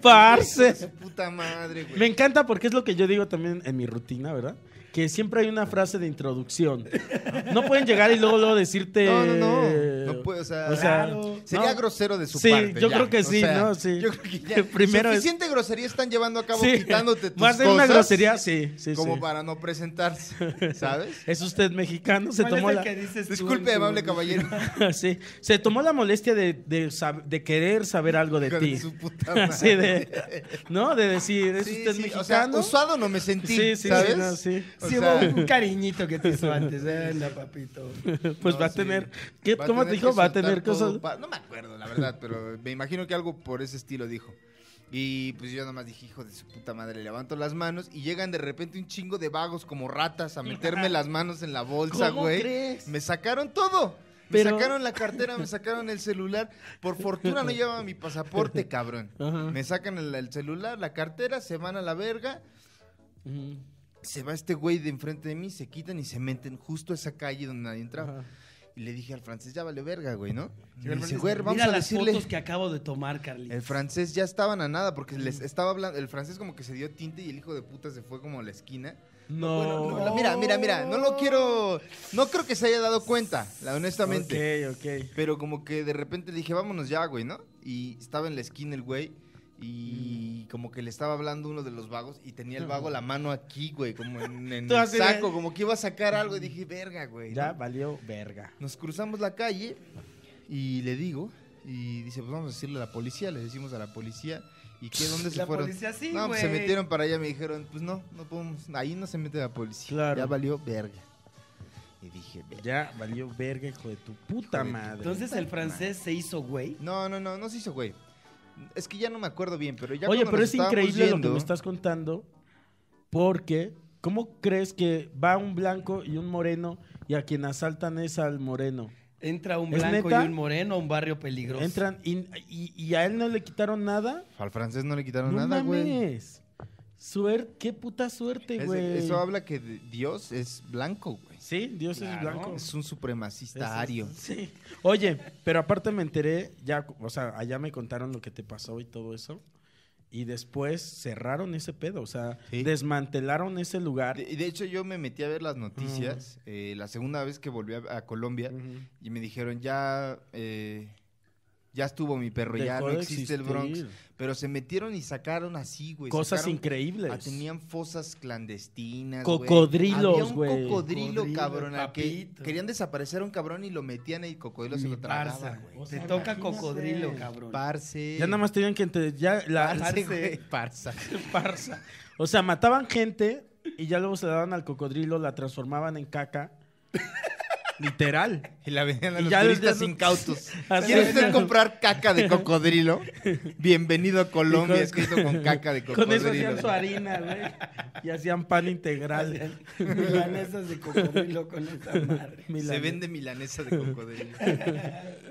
C: Parce.
B: Hijo de Su puta madre, güey.
C: Me encanta porque es lo que yo digo también en mi rutina, ¿verdad? Que siempre hay una frase de introducción. No pueden llegar y luego, luego decirte.
B: No, no, no. No puede, o sea,
C: Eh, o sea,
B: claro. sería
C: no.
B: grosero de su
C: Sí,
B: parte.
C: yo
B: ya.
C: creo que
B: O
C: sí,
B: sea,
C: ¿no? Sí.
B: Yo creo que ya.
C: Que primero es-
B: suficiente grosería están llevando a cabo
C: Sí.
B: quitándote tus
C: Más de una
B: cosas
C: grosería, sí, sí,
B: como
C: sí.
B: para no presentarse, ¿sabes?
C: Es usted mexicano, se
A: ¿Cuál es
C: tomó
A: el
C: la.
A: que dices tú en
B: Disculpe,
A: tu-
B: amable caballero.
C: Sí, se tomó la molestia de, de sab- de querer saber algo de
B: hijo
C: ti.
B: su puta madre.
C: Así de, ¿no? De decir, ¿es
B: Sí,
C: usted
B: sí, o sea,
C: mexicano?
B: usado no me sentí,
C: sí, sí,
B: ¿sabes?
C: sí, no, sí.
B: O
A: Sí,
B: sea,
A: hubo un cariñito que te hizo antes. Anda, papito.
C: Pues
B: No,
C: va a
B: sí.
C: tener, ¿qué,
B: Va a
C: ¿cómo te
B: tener
C: dijo?
B: que
C: Va a
B: soltar
C: tener
B: todo
C: cosas.
B: pa- No me acuerdo, la verdad, pero me imagino que algo por ese estilo dijo. Y pues yo nada más dije, hijo de su puta madre, levanto las manos y llegan de repente un chingo de vagos como ratas a meterme las manos en la bolsa,
A: ¿Cómo
B: güey.
A: crees?
B: Me sacaron todo. Me
C: Pero-
B: sacaron la cartera, me sacaron el celular. Por fortuna no llevaba mi pasaporte, cabrón.
C: Ajá.
B: Me sacan el, el celular, la cartera, se van a la verga.
C: Ujú,
B: Se va este güey de enfrente de mí, se quitan y se meten justo a esa calle donde nadie entraba.
C: ajá.
B: Y le dije al francés, ya vale verga, güey, ¿no? Y
A: Mira
B: me dice, güey, vamos
A: Mira
B: a
A: las
B: decirle.
A: fotos que acabo de tomar, Carlitos.
B: El francés ya estaban a nada, porque les estaba hablando. El francés como que se dio tinte y el hijo de puta se fue como a la esquina.
C: No.
B: Bueno, no, no, mira, mira, mira, no lo quiero. No creo que se haya dado cuenta, la, honestamente.
C: Ok, ok.
B: Pero como que de repente le dije, vámonos ya, güey, ¿no? Y estaba en la esquina el güey. Y como que le estaba hablando uno de los vagos y tenía el vago la mano aquí, güey, como en, en
C: Tú
B: el
C: así de-
B: saco, como que iba a sacar algo y dije, verga, güey.
C: Ya
B: ¿no?
C: valió verga.
B: Nos cruzamos la calle y le digo, y dice, pues vamos a decirle a la policía, le decimos a la policía, ¿y qué? ¿Dónde se
A: La
B: fueron?
A: policía sí,
B: no, pues se
A: güey.
B: metieron para allá, me dijeron, pues no, no podemos, ahí no se mete la policía,
C: Claro.
B: ya valió verga. Y dije, "Verga".
C: Ya valió verga, hijo de tu puta
B: Hijo de tu-
C: madre.
A: Entonces el francés se hizo güey.
B: no, no, no, no se hizo güey. Es que ya no me acuerdo bien, pero ya
C: Oye,
B: cuando
C: pero
B: nos
C: es
B: estábamos
C: increíble lo que
B: yendo-
C: me estás contando. Porque, ¿cómo crees que va un blanco y un moreno y a quien asaltan es al moreno?
A: Entra un
C: ¿Es
A: blanco y
C: neta?
A: un moreno a un barrio peligroso.
C: Entran y, y- y a él no le quitaron nada.
B: Al francés no le
C: No,
B: quitaron nada, güey.
C: mames. Suer- qué puta suerte,
B: Es-
C: güey.
B: Eso habla que de- Dios es blanco, güey.
C: Sí, Dios es
A: Claro.
C: blanco.
B: Es un supremacista ario.
C: Sí. Oye, pero aparte me enteré, ya, o sea, allá me contaron lo que te pasó y todo eso. Y después cerraron ese pedo, o sea,
B: Sí.
C: desmantelaron ese lugar.
B: De, de hecho, yo me metí a ver las noticias eh, la segunda vez que volví a, a Colombia
C: Ujú.
B: y me dijeron, ya, eh, ya estuvo mi perro, ya
C: Dejó
B: no
C: de
B: existe el Bronx.
C: existir.
B: Pero se metieron y sacaron así, güey.
C: Cosas
B: sacaron-
C: increíbles.
B: ah, tenían fosas clandestinas,
C: Cocodrilos,
B: güey.
C: güey.
B: Había un cocodrilo,
A: Cocodrilo,
B: cabrón, al que
A: papito.
B: querían desaparecer a un cabrón y lo metían y el cocodrilo se
A: Mi
B: lo tragaba,
A: Barça,
B: güey.
C: O
A: Te
C: sea,
A: toca
C: imagínate.
A: cocodrilo, cabrón.
B: Parce.
C: Ya nada más tenían que entre- ya la
B: Parce,
A: Parce.
B: güey. Parsa.
C: farsa. O sea, mataban gente y ya luego se la daban al cocodrilo, la transformaban en caca. Literal.
B: Y la vendían a
C: Y
B: los
C: ya los
B: turistas
C: días-
B: incautos.
A: Así
B: ¿Quiere
A: es.
B: usted comprar caca de cocodrilo? Bienvenido a Colombia,
C: Y con-
B: escrito con caca de
C: Con eso
B: cocodrilo.
C: hacían su harina, güey. Y hacían pan integral.
A: Hacían Milanesas de cocodrilo con esa madre.
B: Se
C: Milanesa.
B: vende milanesa de cocodrilo.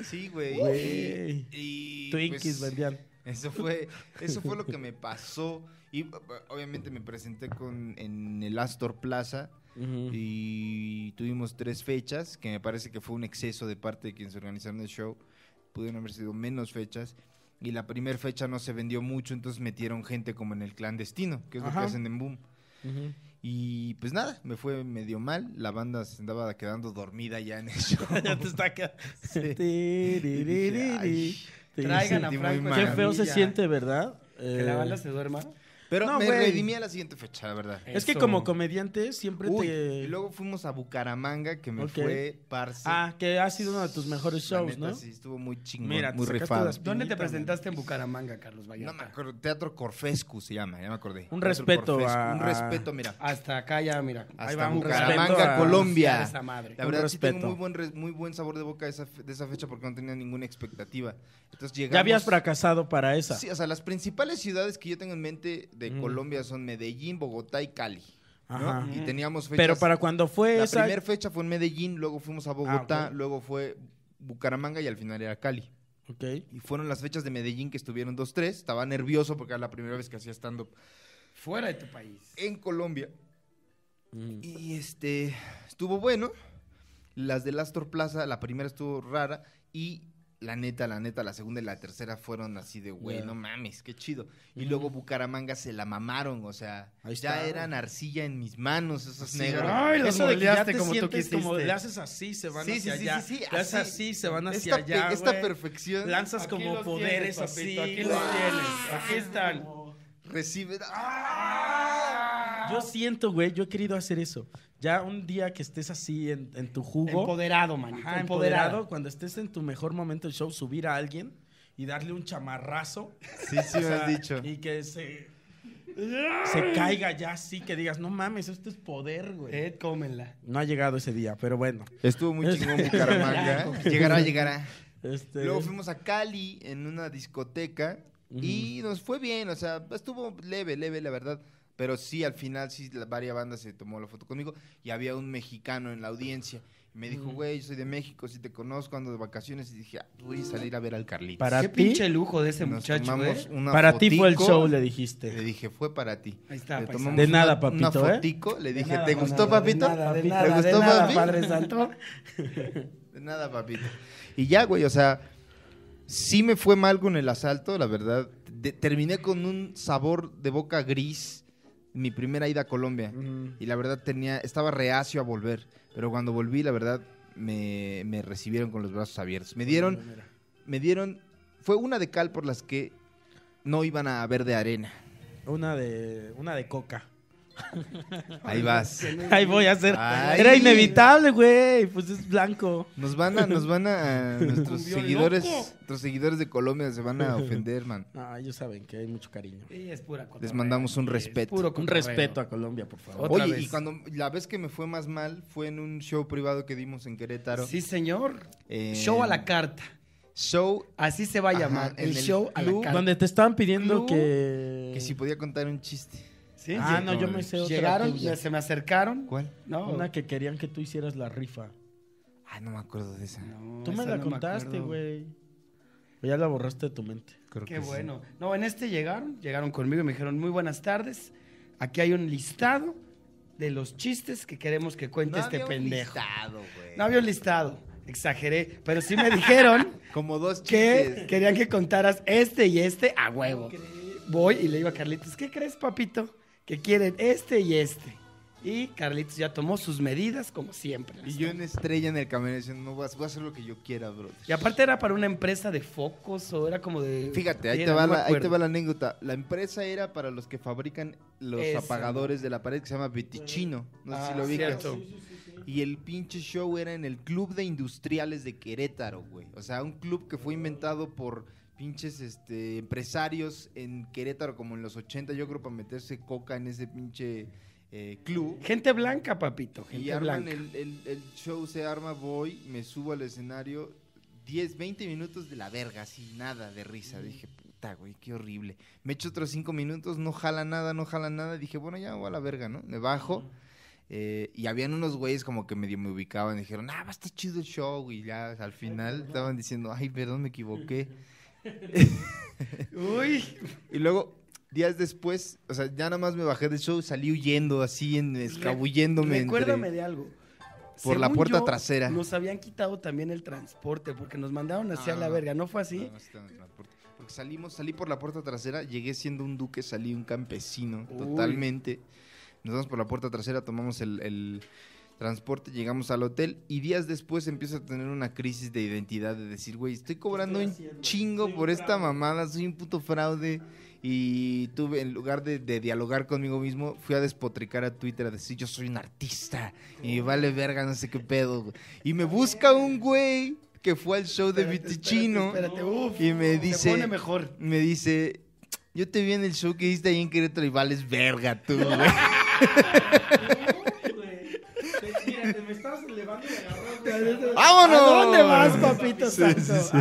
B: Sí, güey.
C: Güey.
B: Y,
C: Twinkies
B: pues,
C: vendían.
B: Eso fue, eso fue lo que me pasó. Y o- obviamente me presenté con, en el Astor Plaza
C: Ujú.
B: y tuvimos tres fechas, que me parece que fue un exceso de parte de quienes organizaron el show. Pudieron haber sido menos fechas. Y la primera fecha no se vendió mucho, entonces metieron gente como en el clandestino, que es lo
C: Ajá.
B: que hacen en Boom.
C: Ujú.
B: Y pues nada, me fue medio mal. La banda se andaba quedando dormida ya en el show.
A: Ya te está quedando.
B: Sí. Y dije, "Ay".
C: Tiriririri.
A: Traigan a
B: sentí muy
A: Franco.
B: mal.
C: Qué
A: Escamilla.
C: feo se siente, ¿verdad?
A: Que la
C: Eh,
A: banda se duerma.
B: Pero
C: No,
B: me
C: güey.
B: redimí a la siguiente fecha, la verdad.
C: Es que
A: Eso.
C: como comediante siempre
B: Uy,
C: te...
B: y luego fuimos a Bucaramanga, que me
C: Ok.
B: fue parce.
C: Ah, que ha sido uno de tus mejores
B: La
C: shows,
B: neta,
C: ¿no?
B: Sí, estuvo muy chingón,
C: Mira, te
B: muy
C: sacaste
B: rifado.
C: las-
A: ¿Dónde te
C: Pinita,
A: presentaste en Bucaramanga, Carlos
B: No
A: Vallarta?
B: me acuerdo, Teatro Corfescu se llama, ya me acordé.
C: Un
B: Teatro
C: respeto
B: Corfescu,
C: a-
B: Un respeto, mira.
A: Hasta acá ya, mira.
B: Hasta
A: Ahí va un
C: respeto
B: Bucaramanga,
C: a-
B: Colombia.
A: a esa madre.
B: La
C: Un
B: verdad, sí tengo
C: respeto.
B: muy buen, res- muy buen sabor de boca de esa, fe- de esa fecha porque no tenía ninguna expectativa. Entonces llegamos...
C: Ya habías fracasado para esa.
B: Sí, o sea, las principales ciudades que yo tengo en mente de
C: Mm.
B: Colombia son Medellín, Bogotá y Cali. ¿no?
C: Ajá.
B: Y teníamos fechas...
C: Pero para cuando fue
B: La
C: esa...
B: primera fecha fue en Medellín, luego fuimos a Bogotá,
C: Ah, ok.
B: luego fue Bucaramanga y al final era Cali.
C: Ok.
B: Y fueron las fechas de Medellín que estuvieron 2-3. Estaba nervioso porque era la primera vez que hacía stand-up
A: Fuera de tu país.
B: en Colombia.
C: Mm.
B: Y este, estuvo bueno. Las del Astor Plaza, la primera estuvo rara. Y la neta, la neta, la segunda y la tercera fueron así de, güey,
C: Ya.
B: no mames, qué chido. Y
C: Ujú.
B: luego Bucaramanga se la mamaron, o sea,
C: Ahí
B: ya
C: está.
B: eran arcilla en mis manos, esos
A: Sí,
B: negros.
A: Ay, los
C: Eso de que ya
A: moldeaste
C: te
A: como tú
C: sientes como
A: quisiste.
C: le haces así, se van
B: Sí, sí,
C: hacia
B: sí,
C: allá.
B: sí, sí,
C: le haces
B: así.
C: así, se van hacia
B: Esta, pe-
C: allá,
B: esta
C: güey.
B: perfección
C: Lanzas
A: Aquí
C: como
A: los
C: poderes
A: tienes,
C: así.
A: papito, Aquí los
C: güey.
A: tienes. Aquí están.
B: recibe... ¡Ah!
C: Yo siento, güey, yo he querido hacer eso. Ya un día que estés así en, en tu jugo,
A: Empoderado, man.
C: ajá, empoderado, cuando estés en tu mejor momento del show, subir a alguien y darle un chamarrazo.
B: Sí, sí,
C: o
B: me
C: sea,
B: han dicho.
C: Y que se, se caiga ya así, que digas, no mames, esto es poder, güey.
A: Ed, Eh, cómenla.
C: Eh, No ha llegado ese día, pero bueno.
B: Estuvo muy
C: Es-
B: chingón Bucaramanga. llegará, llegará.
C: Este,
B: Luego fuimos a Cali en una discoteca y nos fue bien, o sea, estuvo leve, leve, la verdad. Pero sí, al final sí, la- varias bandas se tomó la foto conmigo y había un mexicano en la audiencia. Y me dijo,
C: Ujú.
B: güey, yo soy de México, si te conozco, ando de vacaciones. Y dije, ah, voy a salir a ver al Carlitos.
C: Para
A: Qué
C: ti-
A: pinche lujo de ese
B: Nos
A: muchacho,
B: tomamos
A: ¿eh?
B: una
C: Para ti fue el
B: fotico.
C: show, le
B: Le
C: dijiste.
B: dije, fue para ti.
A: Ahí está,
B: Le
A: paisano.
B: tomamos
C: De
B: una-
C: nada, papito,
B: una
C: ¿eh?
B: fotico, le dije, ¿te gustó, papito?
A: De nada, de
B: ¿Te
A: nada, de
B: gustó,
A: nada,
B: papi?
A: Padre Santo.
B: De nada, papito. Y ya, güey, o sea, sí me fue mal con el asalto, la verdad. De- terminé con un sabor de boca gris mi primera ida a Colombia.
C: Ujú.
B: Y la verdad tenía, estaba reacio a volver. Pero cuando volví, la verdad, me, me recibieron con los brazos abiertos. Me dieron,
C: Mira.
B: me dieron, fue una de cal por las que no iban a haber de arena.
C: Una de, una de coca.
B: Ahí vas.
C: Ahí voy a hacer.
B: Ay.
C: Era inevitable, güey. Pues es blanco.
B: Nos van a, nos van a, a nuestros
A: Cumbió
B: seguidores,
A: loco.
B: nuestros seguidores de Colombia se van a ofender, man.
C: Ah, ellos saben que hay mucho cariño.
A: Sí, es pura cotorreo,
B: Les mandamos un
A: sí, es
B: respeto.
A: puro
C: Un
A: cotorreo.
C: respeto a Colombia, por favor.
A: Otra
B: Oye,
A: vez.
B: y cuando la vez que me fue más mal fue en un show privado que dimos en Querétaro.
A: Sí, señor.
B: Eh,
A: Show a la carta.
B: Show
A: Así se va a
B: Ajá,
A: llamar.
B: en
A: El,
B: el
A: show a la
B: club
A: carta.
C: Donde te estaban pidiendo
B: Club,
A: Eh.
C: que.
B: que si podía contar un chiste.
A: Sí,
C: Ah,
A: sí.
C: no, yo me sé otra.
A: Llegaron,
C: tuya.
A: se me acercaron.
B: ¿Cuál?
A: No,
C: Una que querían que tú hicieras la rifa.
B: Ah, no me acuerdo de esa.
A: no,
C: tú me
A: esa
C: la
A: no
C: contaste,
A: acuerdo.
C: güey. O ya la borraste de tu mente.
B: Creo
A: Qué
B: que sí.
A: bueno. No, en este llegaron, llegaron conmigo y me dijeron, muy buenas tardes, aquí hay un listado de los chistes que queremos que cuente
B: No
A: este
B: había un
A: pendejo.
B: listado, güey.
A: No había un listado, exageré, pero sí me dijeron
B: Como dos
A: que
B: chistes.
A: querían que contaras este y este a huevo. Voy y le digo a Carlitos, ¿qué crees, papito? Que quieren este y este. Y Carlitos ya tomó sus medidas, como siempre. las
B: Y yo en estrella en el camión diciendo, no, vas- voy a hacer lo que yo quiera, brother.
A: Y aparte era para una empresa de focos o era como de...
B: Fíjate, ahí,
A: era,
B: te va
A: no me
B: la, ahí te
A: acuerdo.
B: va la anécdota. La empresa era para los que fabrican los
A: Eso.
B: apagadores de la pared que se llama Vitichino. No sé
A: Ah,
B: si lo ubicas.
A: cierto.
B: Y el pinche show era en el Club de Industriales de Querétaro, güey. O sea, un club que fue inventado por pinches este, empresarios en Querétaro como en los 80, yo creo, para meterse coca en ese pinche eh, club.
A: Gente blanca, papito.
B: Y
A: Gente
B: arman
A: blanca.
B: el, el- el show, se arma, voy, me subo al escenario, 10, 20 minutos de la verga, así, nada de risa. Dije, puta, güey, qué horrible. Me echo otros 5 minutos, no jala nada, no jala nada. Dije, bueno, ya me voy a la verga, ¿no? Me bajo. eh, y habían unos güeyes como que medio me ubicaban, dijeron, ah, va a estar chido el show. Y ya al final estaban diciendo, ay, perdón, me equivoqué.
A: Uy,
B: Y luego, días después, o sea, ya nada más me bajé del show, salí huyendo así, en, escabulléndome. entre-
A: recuérdame de algo.
B: Por la puerta trasera.
A: Nos habían quitado también el transporte porque nos mandaron hacia
B: No,
A: la
B: no.
A: verga, ¿no fue así?
B: No, no está en el transporte. Porque salimos, salí por la puerta trasera, llegué siendo un duque, salí un campesino,
A: Uy.
B: totalmente. Nos vamos por la puerta trasera, tomamos el, el transporte, llegamos al hotel y días después empiezo a tener una crisis de identidad, de decir, güey, estoy cobrando
C: estoy
B: un
C: haciendo?
B: chingo
C: Soy un
B: por esta
C: fraude".
B: mamada, soy un puto fraude. Y tuve, en lugar de, de dialogar conmigo mismo, fui a despotricar a Twitter, a decir, yo soy un artista y vale verga, no sé qué pedo. güey". Y me busca un güey que fue al show de
A: Espérate,
B: Vitichino.
A: espérate, espérate, uf,
B: Y me
A: Se
B: dice-
A: pone mejor.
B: Me dice, yo te vi en el show que hiciste ahí en Querétaro y vales verga tú, güey.
C: Mira, te me estás elevando de
B: ¡Vámonos!
A: ¿A dónde vas, papito
B: Sí,
A: santo?
B: sí, sí.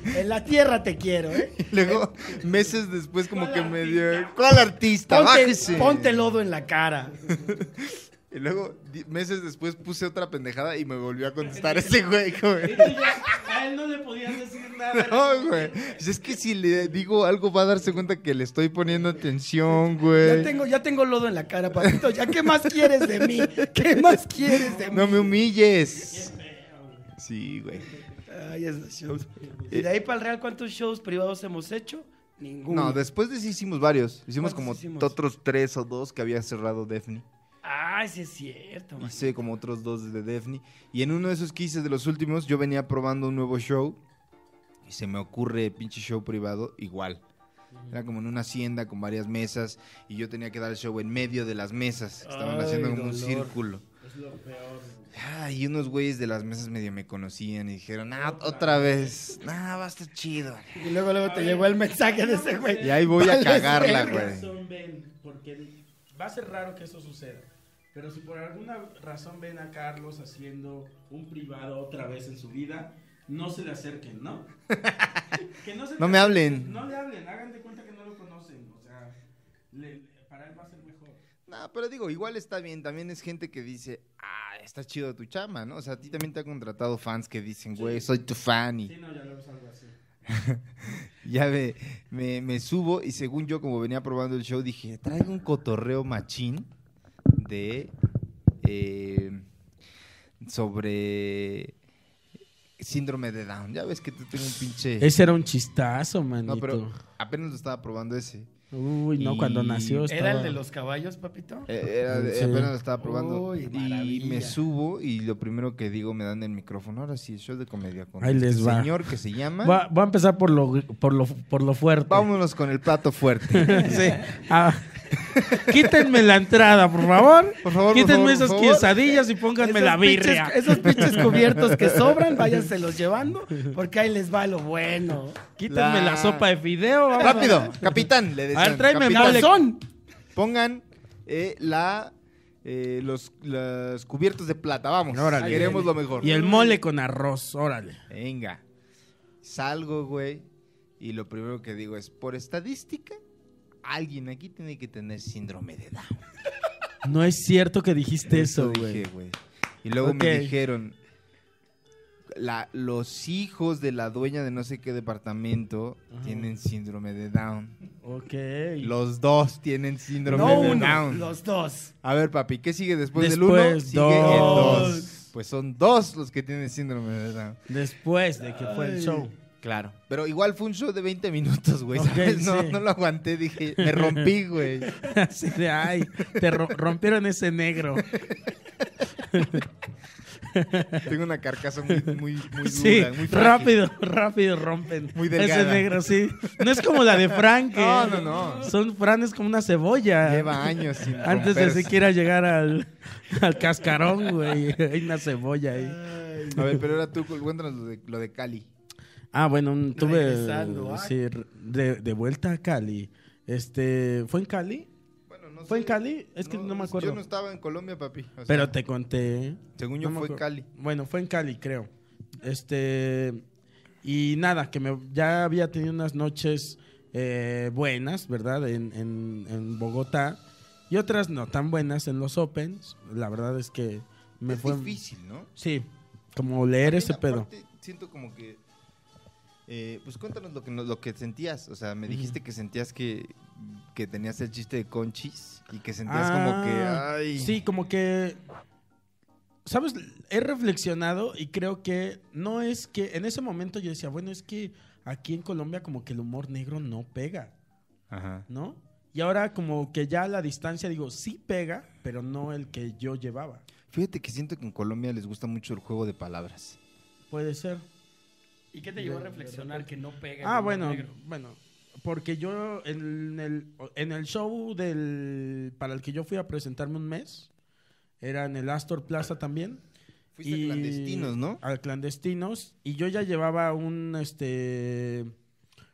A: Aquí, en la tierra te quiero, ¿eh?
B: Luego, meses después como que me dio, ¿cuál artista?
A: Ponte,
B: Bájese".
A: ponte lodo en la cara.
B: Y luego, di- meses después puse otra pendejada y me volvió a contestar ese güey, güey.
C: A él no le podías decir nada.
B: No, güey. Pues Es que si le digo algo va a darse cuenta que le estoy poniendo atención,
A: Ya
B: güey.
A: tengo, ya tengo lodo en la cara, papito. ¿Ya qué más quieres de mí? ¿Qué más quieres de mí?
B: No me humilles. Sí, güey.
A: Ay, esos shows. Y
B: Eh,
A: de ahí para el Real, ¿cuántos shows privados hemos hecho? Ninguno.
B: No, después de sí hicimos varios. Hicimos
A: ¿Cuántos
B: como
A: hicimos?
B: otros tres o dos que había cerrado Defni.
A: Ay, sí es cierto. man.
B: Hice como otros dos de Defni. Y en uno de esos que hice de los últimos, yo venía probando un nuevo show. Y se me ocurre pinche show privado igual. Era como en una hacienda con varias mesas. Y yo tenía que dar el show en medio de las mesas. que Estaban
A: Ay,
B: haciendo como un
A: dolor.
B: círculo. Ah, y unos güeyes de las mesas medio me conocían y dijeron, ah, otra vez. Ah, va a estar chido.
A: Y luego, luego te llegó el mensaje de ese güey.
B: Y ahí voy a
A: Vales
B: cagarla,
A: verga.
B: güey.
C: ven, porque va a ser raro que eso suceda. Pero si por alguna razón ven a Carlos haciendo un privado otra vez en su vida, no se le acerquen, ¿no? Que no, se le
B: No me
C: acerquen,
B: hablen.
C: No le hablen, hagan de cuenta que no lo conocen. O sea, le- le- para él va a ser mejor.
B: No, pero digo, igual está bien. También es gente que dice, ah, está chido tu chama, ¿no? O sea, a ti también te ha contratado fans que dicen, güey, soy tu fan.
C: Sí,
B: Y
C: no, ya lo ves algo así.
B: ya me, me, me subo y según yo, como venía probando el show, dije, traigo un cotorreo machín de... eh, sobre síndrome de Down. Ya ves que tú tengo un pinche...
C: Ese era un chistazo, manito.
B: No, pero apenas lo estaba probando ese.
C: Uy, no,
B: Y-
C: cuando nació
A: ¿Era el
C: estaba-
A: de los caballos, papito?
B: Eh, era de-
C: Sí.
B: Apenas lo estaba probando.
A: Uy,
B: y
A: maravilla.
B: me subo y lo primero que digo me dan el micrófono. Ahora sí, show de comedia con este
C: Ahí les va.
B: señor que se llama.
C: Va- Voy a empezar por lo, por lo, por lo fuerte.
B: Vámonos con el plato fuerte. Sí.
C: Ah, quítenme la entrada, por favor.
B: Por favor, por
C: quítenme
B: favor,
C: esas
B: por favor.
C: quesadillas y pónganme la birria.
A: pinches- esos pinches cubiertos que sobran, váyanselos llevando, porque ahí les va lo bueno.
C: Quítenme la...
B: la
C: sopa de fideo. vamos a-
B: Rápido, capitán, le decían.
C: A ver, tráeme
B: Capitán,
C: mole.
A: Son
B: Pongan eh, la, eh, los, los cubiertos de plata. Vamos.
C: Órale.
B: Queremos lo mejor.
C: Y el mole con arroz, órale.
B: Venga. Salgo, güey. Y lo primero que digo es, por estadística, alguien aquí tiene que tener síndrome de Down.
C: No es cierto que dijiste
B: Eso
C: eso,
B: dije,
C: güey.
B: güey. Y luego me
C: Ok.
B: dijeron, la- los hijos de la dueña de no sé qué departamento
C: Ajá.
B: tienen síndrome de Down.
C: Ok.
B: Los dos tienen síndrome
A: no
B: de
A: uno,
B: Down.
A: los dos.
B: A ver, papi, ¿qué sigue después, del uno?
C: Después,
B: Sigue el
C: dos.
B: dos. Pues son dos los que tienen síndrome de Down.
C: Después de que fue el
A: Ay.
C: show.
B: Claro. Pero igual fue un show de 20 minutos, güey.
C: Ok,
B: ¿sabes? No,
C: sí.
B: no lo aguanté, dije, me rompí, güey.
C: Así de, ay, te ro- rompieron ese negro.
B: Tengo una carcasa muy, muy, muy dura,
C: Sí,
B: muy frágil.
C: rápido, rápido rompen.
B: Muy delgada.
C: Ese negro, sí. No es como la de Frank. que
B: No, no, no.
C: Son Fran es como una cebolla.
B: Lleva años sin
C: Antes de
B: romperse.
C: siquiera llegar al, al cascarón, güey. Hay una cebolla ahí.
B: A ver, pero ahora tú cuéntanos lo de, lo de Cali.
C: Ah, bueno, un- tuve.
A: Regresando, ay.
C: sí, re- de, de vuelta a Cali. Este, ¿fue en Cali?
B: Bueno, no
C: ¿Fue en
B: sé.
C: Cali? Es que no, me acuerdo.
B: Yo no estaba en Colombia, papi. o sea,
C: Pero te conté.
B: Según yo
C: No me
B: fue
C: acuerdo.
B: Cali.
C: Bueno, fue en Cali, creo. Este. Y nada, que me, ya había tenido unas noches eh, buenas, ¿verdad? En, en- en Bogotá. Y otras no tan buenas en los Opens. La verdad es que me
B: es
C: fue.
B: difícil, ¿no?
C: Sí, como leer ese pedo.
B: Aparte, siento como que. eh, pues cuéntanos lo que, nos- lo que sentías. O sea, me dijiste que sentías que, que tenías el chiste de conchis y que sentías como que.
C: Ah,
B: Ay,
C: Sí, como que. ¿Sabes? He reflexionado y creo que no es que. En ese momento yo decía, bueno, es que aquí en Colombia como que el humor negro no pega,
B: Ajá.
C: ¿no? Y ahora como que ya a la distancia digo, sí pega, pero no el que yo llevaba.
B: Fíjate que siento que en Colombia les gusta mucho el juego de palabras.
C: Puede ser.
A: ¿Y qué te llevó a reflexionar que no pega? el
C: Ah,
A: humor
C: bueno,
A: negro?
C: bueno. Porque yo en el, en el show del, para el que yo fui a presentarme un mes, era en el Astor Plaza también.
B: Fuiste a clandestinos, ¿no?
C: A clandestinos. Y yo ya llevaba un, este,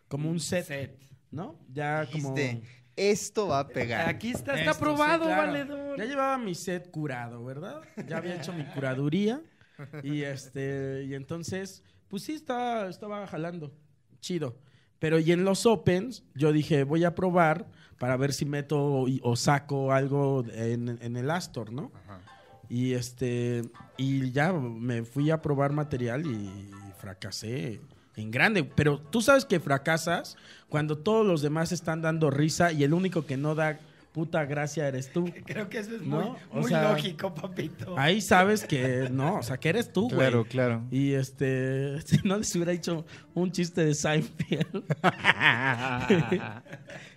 C: como un set, ¿no? Ya como...
B: Dijiste, esto va a pegar.
A: Aquí está, está
C: Esto, sí,
A: aprobado,
C: claro.
A: valedor.
C: Ya llevaba mi set curado, ¿verdad? Ya había hecho mi curaduría. Y este, y entonces, pues sí, estaba, estaba jalando. Chido. Pero y en los opens, yo dije, voy a probar para ver si meto o, o saco algo en, en el Astor, ¿no?
B: Ajá.
C: Y este y ya me fui a probar material y fracasé en grande, pero tú sabes que fracasas cuando todos los demás están dando risa y el único que no da puta gracia eres tú.
A: Creo que eso es
C: ¿No?
A: muy,
C: O
A: muy
C: sea, ah.
A: lógico, papito.
C: Ahí sabes que no, o sea, que eres tú, güey.
B: Claro, claro.
C: Y este, si no les hubiera hecho un chiste de Seinfeld. Ah,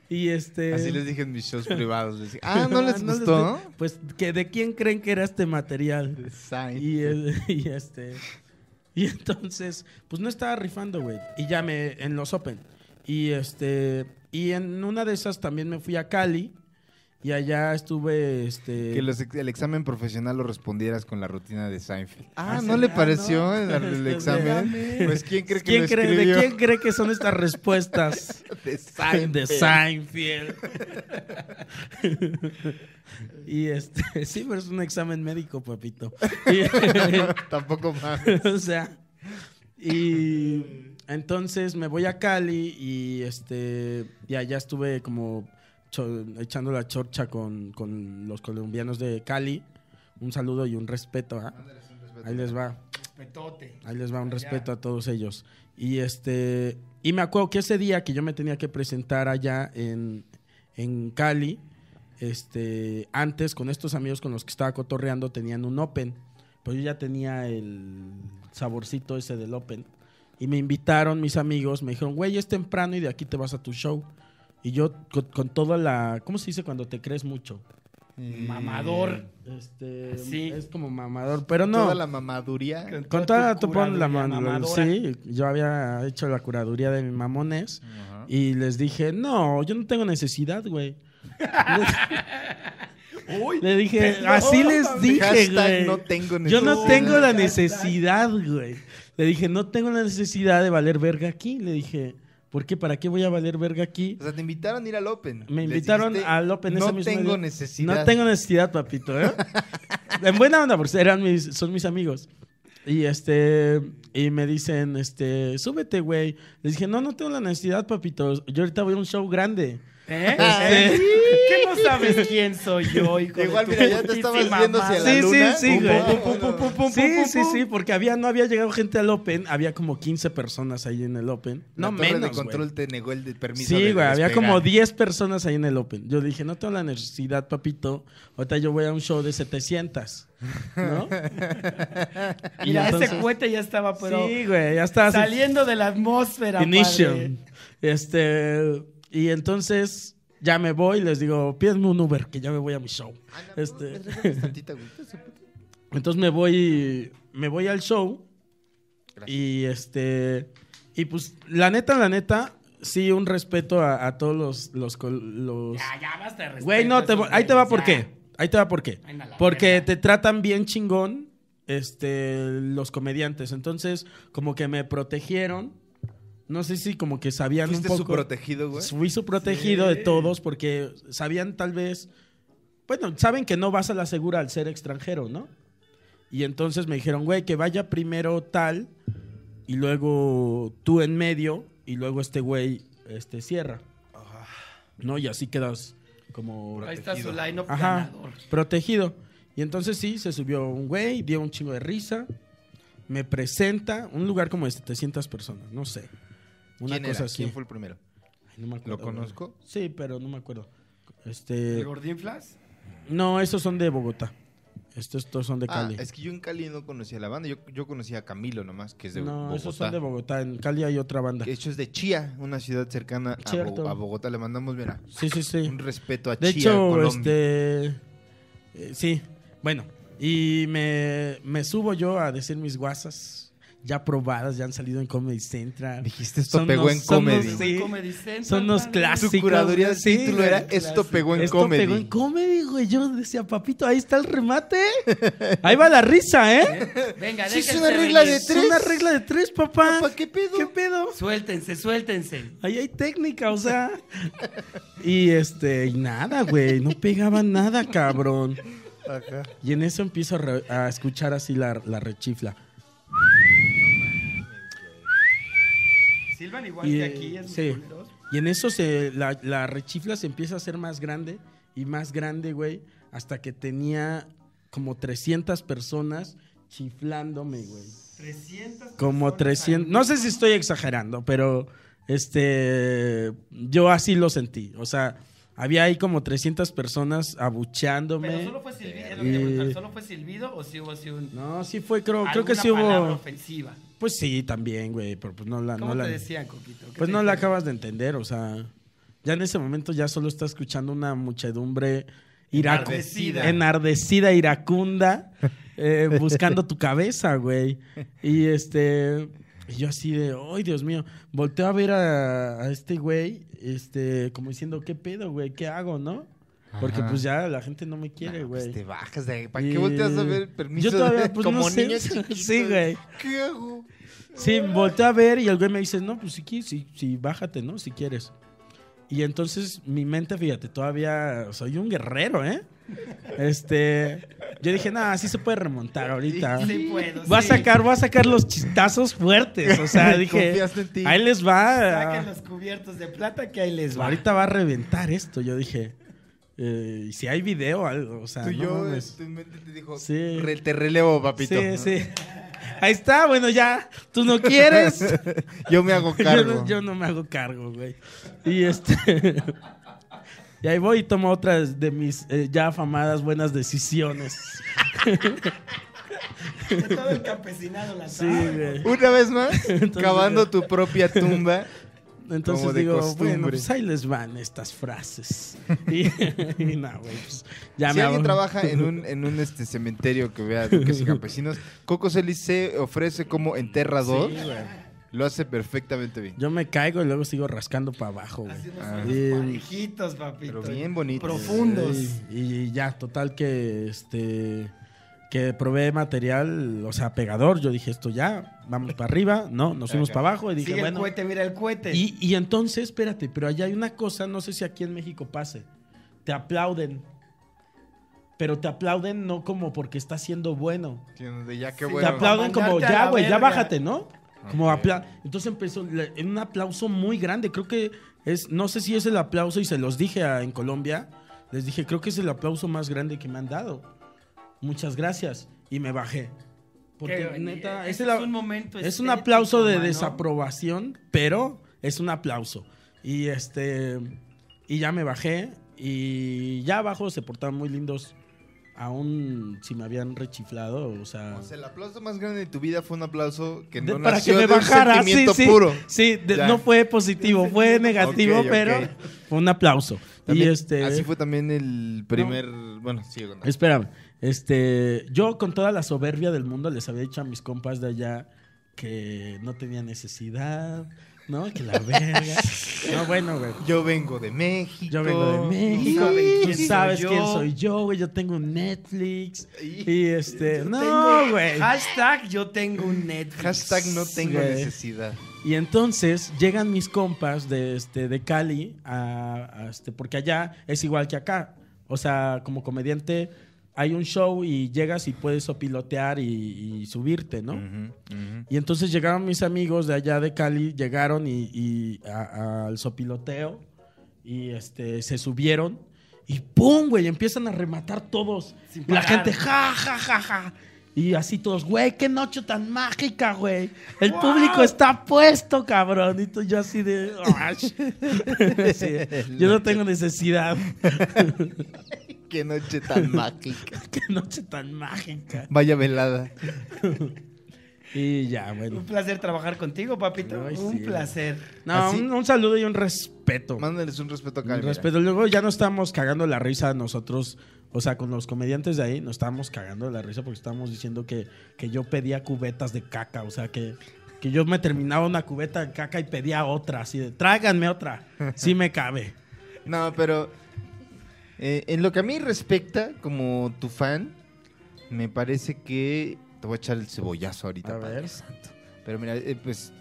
C: y este
B: Así les dije en mis shows privados. les dije, ah, no les
C: no
B: gustó.
C: les- Pues que de quién creen que era este material.
B: Sign.
C: Y, eh, y este. Y entonces, pues no estaba rifando, güey. Y ya me. en los Open. Y este. Y en una de esas también me fui a Cali. Y allá estuve, este.
B: Que los ex- el examen profesional lo respondieras con la rutina de Seinfeld. Ah,
C: Ah,
B: ¿no
C: sí.
B: le
C: Ah,
B: pareció
C: no.
B: el, el
C: Este,
B: examen?
C: dígame.
B: Pues ¿quién cree que
C: ¿Quién
B: lo
C: cree-
B: escribió?
C: ¿De quién cree que son estas respuestas?
B: De Seinfeld.
C: De Seinfeld. y este, sí, pero es un examen médico, papito. Y-
B: Tampoco más.
C: o sea, y entonces me voy a Cali y este y allá estuve como cho- echando la chorcha con, con los colombianos de Cali. Un saludo y un respeto, ¿ah? Ahí les va.
A: Respetote.
C: Ahí les va
A: Allá.
C: un respeto a todos ellos. Y este y me acuerdo que ese día que yo me tenía que presentar allá en, en Cali, este, antes con estos amigos con los que estaba cotorreando tenían un open, pero yo ya tenía el saborcito ese del open. Y me invitaron mis amigos, me dijeron, güey, es temprano y de aquí te vas a tu show. Y yo con, con toda la, ¿cómo se dice cuando te crees mucho?
A: Mamador.
C: Este,
A: Sí.
C: es como mamador, pero no.
B: Toda la mamaduría.
C: Con toda
A: tu
C: tu pon la
A: curaduría
C: mano.
A: mamadora.
C: Sí, yo había hecho la curaduría de mis mamones
B: Ajá.
C: y les dije, no, yo no tengo necesidad, güey.
A: Uy,
C: Le dije,
A: perdón,
C: así les
A: mami.
C: dije,
B: Hashtag
C: güey.
B: no tengo
C: yo no
B: necesidad.
C: tengo la
A: Hashtag.
C: necesidad, güey. Le dije, no tengo la necesidad de valer verga aquí. Le dije, ¿por qué? ¿Para qué voy a valer verga aquí?
B: O sea, te invitaron a ir al Open.
C: Me
B: Les
C: invitaron
B: dijiste,
C: al Open
B: No
C: esa misma
B: tengo
C: día.
B: necesidad.
C: No tengo necesidad, papito, ¿eh? en buena onda, porque eran mis, son mis amigos. Y este y me dicen, este, súbete, güey. Les dije, no, no tengo la necesidad, papito. Yo ahorita voy a un show grande.
A: ¿Eh?
C: Este-
A: ¿Qué no sabes quién soy yo, hijo
B: Igual,
A: de tu
B: mira, ya te estabas
A: putísima
B: viendo hacia la
A: madre?
C: Sí, sí,
B: luna.
C: sí,
B: Pum,
C: güey.
B: pum, pum, pum, pum, pum,
C: sí,
B: pum,
C: sí,
B: pum.
C: sí, porque había, no había llegado gente al Open, había como 15 personas ahí en el Open.
B: La
C: No
B: torre
C: menos.
B: de
C: güey.
B: control te negó el de- permiso.
C: Sí,
B: de
C: güey, había
B: despegar.
C: como 10 personas ahí en el Open. Yo dije, no tengo la necesidad, papito. Ahorita yo voy a un show de 700, ¿no? Y
A: Mira, ese
C: entonces-
A: cohete ya estaba, pero
C: sí, güey, ya estaba así,
A: saliendo de la atmósfera.
C: Ignition.
A: padre.
C: Este, y entonces ya me voy y les digo, pídenme un Uber, que ya me voy a mi show.
B: Ana, ¿puedo-
C: Este-
B: me regresas tantita, güey?
C: Entonces me voy, me voy al show y este, y pues la neta, la neta, sí, un respeto a, a todos los, los, col- los-
A: Ya, ya basta de respeto.
C: Güey, no, te
A: esos
C: vo- ahí te va
A: güeyes,
C: por
A: ya.
C: qué. Ahí te va por qué.
A: Ven a la
C: Porque
A: verga.
C: te tratan bien chingón este, los comediantes. Entonces, como que me protegieron. No sé si como que sabían un
B: Fuiste
C: poco.
B: su protegido, güey.
C: Fui su protegido de todos porque sabían tal vez
D: Bueno, saben que no vas a la segura al ser extranjero, ¿no? Y entonces me dijeron, güey, que vaya primero tal y luego tú en medio y luego este güey este, cierra.
B: Ah.
D: ¿No? Y así quedas como...
A: Ahí está su line up
D: Ajá,
A: ganador.
D: protegido. Y entonces sí, se subió un güey, dio un chingo de risa, me presenta un lugar como de 700 personas, no sé. Una
B: ¿Quién,
D: cosa
B: era?
D: así. Eh,
B: ¿Quién fue el primero?
D: Ay, no me acuerdo,
B: ¿Lo
D: güey.
B: conozco?
D: Sí, pero no me acuerdo.
A: ¿El
D: Este,
A: Gordinflas?
D: no, esos son de Bogotá. Estos, estos son de
B: Ah,
D: Cali.
B: es que yo en Cali no conocía la banda. Yo, yo conocía a Camilo nomás, que es de
D: no,
B: Bogotá.
D: esos son de Bogotá. En Cali hay otra banda.
B: Que hecho es de Chía, una ciudad cercana a, Bo-
D: Cierto.
B: a Bogotá. Le mandamos, mira,
D: Sí, sí, sí.
B: un respeto a
D: De
B: Chía,
D: hecho,
B: Colombia.
D: este. eh, sí, bueno. Y me, me subo yo a decir mis guasas ya probadas, ya han salido en Comedy Central.
B: Dijiste, esto
D: Son
B: pegó
D: unos-
B: en
D: son unos-
B: comedy. Ah,
D: Sí.
A: Comedy Central,
D: Son unos
A: padre.
B: Su
D: clásicos.
B: curaduría del
D: sí,
B: título
D: güey,
B: era
A: clásico.
B: Esto pegó en
D: Esto
B: comedy.
D: pegó en comedy, güey. Yo decía, papito, ahí está el remate. Ahí va la risa, ¿eh?
A: Venga,
B: Sí, es
A: déjense
B: una regla de
A: reír.
D: Es
B: tres.
D: una regla de tres, papá.
B: Papá, ¿qué pedo?
D: ¿Qué pedo?
A: Suéltense, suéltense.
D: Ahí hay técnica, o sea. Y este, y nada, güey. No pegaba nada, cabrón.
B: Ajá.
D: Y en eso empiezo a, re- a escuchar así la, la rechifla.
A: Silvan igual
D: Y,
A: que
D: eh,
A: aquí, es
D: sí.
A: sí.
D: Y en eso se, la, la rechifla se empieza a hacer más grande y más grande, güey. Hasta que tenía como 300 personas chiflándome, güey.
A: 300.
D: Como
A: personas
D: 300.
A: ahí.
D: No sé si estoy exagerando, pero este. Yo así lo sentí. O sea, había ahí como 300 personas abucheándome.
A: Pero solo fue silbido, es lo que te preguntaba,
D: Eh.
A: ¿solo fue silbido o si hubo así un.
D: No, sí fue, creo, creo que
A: alguna
D: sí
A: palabra
D: hubo.
A: ofensiva?
D: Pues sí, también, güey, pero pues no la.
A: ¿Cómo
D: no
A: te
D: la-
A: decían, Coquito? ¿Qué
D: Pues
A: te
D: no la
A: dijeron?
D: acabas de entender, o sea, ya en ese momento ya solo está escuchando una muchedumbre iracu-
A: Enardecida.
D: enardecida, iracunda, eh, buscando tu cabeza, güey. Y este, y yo así de, ay, Dios mío, volteo a ver a, a este güey, este, como diciendo, ¿qué pedo, güey? ¿Qué hago, no? Porque
B: Ajá.
D: pues ya la gente no me quiere,
B: Nah, pues
D: güey.
B: te bajas de ahí. ¿Para qué
D: Y-
B: volteas a ver permiso?
D: Yo todavía,
B: de-
D: pues,
B: como
D: no sé.
B: niño chiquito.
D: Sí, güey.
B: ¿Qué hago?
D: Sí, volteé a ver y el güey me dice, no, pues si quieres, si, si bájate, ¿no? Si quieres. Y entonces mi mente, fíjate, todavía soy un guerrero, ¿eh? Este, yo dije, nada, así se puede remontar ahorita.
A: Sí puedo.
D: Va a
A: sí.
D: sacar, va a sacar los chistazos fuertes, o sea, Ah, dije,
B: Confiaste en ti.
D: ahí les va. pues,
A: Saquen los cubiertos de plata que ahí les va.
D: Ahorita va a reventar esto, yo dije. eh, y si hay video, algo, o sea,
B: Tú y
D: no
B: yo, eh,
D: mames.
B: tu mente te dijo,
D: Sí.
B: Ah, "Re- te relevo, papito.
D: Sí, sí. Ahí está, bueno, ya, tú no quieres.
B: Yo me hago
D: Yo
B: cargo.
D: no, yo no me hago cargo, güey. Y este. y ahí voy y tomo otras de mis eh, ya afamadas buenas decisiones.
A: Que todo el campesinado la
D: Sí,
A: sabe.
D: güey.
B: Una vez más,
D: Entonces, eh,
B: cavando
D: ya.
B: tu propia tumba.
D: Entonces
B: Como de
D: digo,
B: costumbre.
D: bueno, pues ahí les van estas frases. Y, y no, güey, pues ya
B: si
D: me
B: alguien
D: hago-
B: trabaja en un, en un este, cementerio que vea duques y campesinos, Coco Celis se ofrece como enterrador.
D: Sí, güey.
B: Lo hace perfectamente bien.
D: Yo me caigo y luego sigo rascando para abajo, güey.
A: Así unos
B: Ah.
A: sueños
D: Bien.
A: parejitos, papito.
B: Pero bien bonito.
A: Profundos.
D: Y, y ya, total que este que probé material, o sea, pegador. Yo dije, esto ya, vamos para arriba. No, nos fuimos
B: Acá.
D: para abajo y dije,
A: Sigue
D: bueno.
A: el cohete, mira el cohete.
D: Y, y entonces, espérate, pero allá hay una cosa, no sé si aquí en México pase. Te aplauden. Pero te aplauden no como porque estás siendo bueno.
B: Entiendo, de ya qué
A: Sí,
B: bueno.
D: te aplauden
A: Mandarte
D: como,
A: a
D: ya,
A: la
D: güey, ya
A: verga".
D: bájate, ¿no? Como
B: Ok.
D: apla Entonces empezó la- en un aplauso muy grande. Creo que es, no sé si es el aplauso, y se los dije a- en Colombia. Les dije, creo que es el aplauso más grande que me han dado. Muchas gracias. Y me bajé. Porque
A: Qué-
D: neta,
A: ese
D: es el-
A: un momento
D: es un
A: estético,
D: aplauso de
A: mano.
D: desaprobación, pero es un aplauso. Y este y ya me bajé y ya abajo se portaban muy lindos. Aún si me habían rechiflado, o sea,
B: O sea, el aplauso más grande de tu vida fue un aplauso que
D: de-
B: no
D: para que
B: nació
D: me
B: de un
D: bajara, sí,
B: sentimiento
D: sí,
B: puro.
D: sí, de-
B: Ya.
D: no fue positivo, fue negativo,
B: Ok, ok.
D: pero fue un aplauso.
B: También,
D: y este,
B: Así fue también el primer. Bueno, sí, bueno.
D: Espérame, este, yo con toda la soberbia del mundo les había dicho a mis compas de allá que no tenía necesidad, ¿no? Que la verga. No, bueno, güey.
B: Yo vengo de México.
D: Yo vengo de México,
B: No saben
D: ¿quién
B: quién
D: sabes
B: soy
D: quién
B: yo.
D: soy yo, güey? Yo tengo un Netflix
B: Y-
D: y este, no,
A: Tengo-
D: güey.
A: Hashtag yo tengo un Netflix.
B: Hashtag no tengo
D: Güey.
B: necesidad.
D: Y entonces llegan mis compas de, este, de Cali a, a, este, porque allá es igual que acá.
C: O sea, como comediante hay un show y llegas y puedes pilotear y, y subirte, ¿no?
B: Ujú, ujú.
C: Y entonces llegaron mis amigos de allá de Cali, llegaron y, y a- al sopiloteo y este, se subieron y ¡pum! güey, empiezan a rematar todos.
A: Sin
C: Y la
A: parar.
C: gente ¡ja, ja, ja, ja! Y así todos, güey, qué noche tan mágica, güey. El público está puesto, cabrón. Y tú, yo así de... "Ah, sh-". Sí, yo no tengo necesidad.
B: Qué noche tan mágica.
C: qué noche tan mágica.
B: Vaya velada.
C: Y ya, bueno.
A: Un placer trabajar contigo, papito.
C: Ay,
A: un
C: sí.
A: placer.
C: No,
B: Así-
C: un, un saludo y un respeto.
B: Mándales un respeto acá.
C: Con
B: mira.
C: respeto. Luego ya no estamos cagando la risa nosotros, o sea, con los comediantes de ahí, nos estábamos cagando la risa porque estábamos diciendo que, que yo pedía cubetas de caca, o sea, que, que yo me terminaba una cubeta de caca y pedía otra, así de, tráiganme otra, sí me cabe.
B: No, pero eh, en lo que a mí respecta, como tu fan, me parece que te voy a echar el cebollazo ahorita.
C: A
B: Padre
C: ver.
B: santo. Pero mira, eh, pues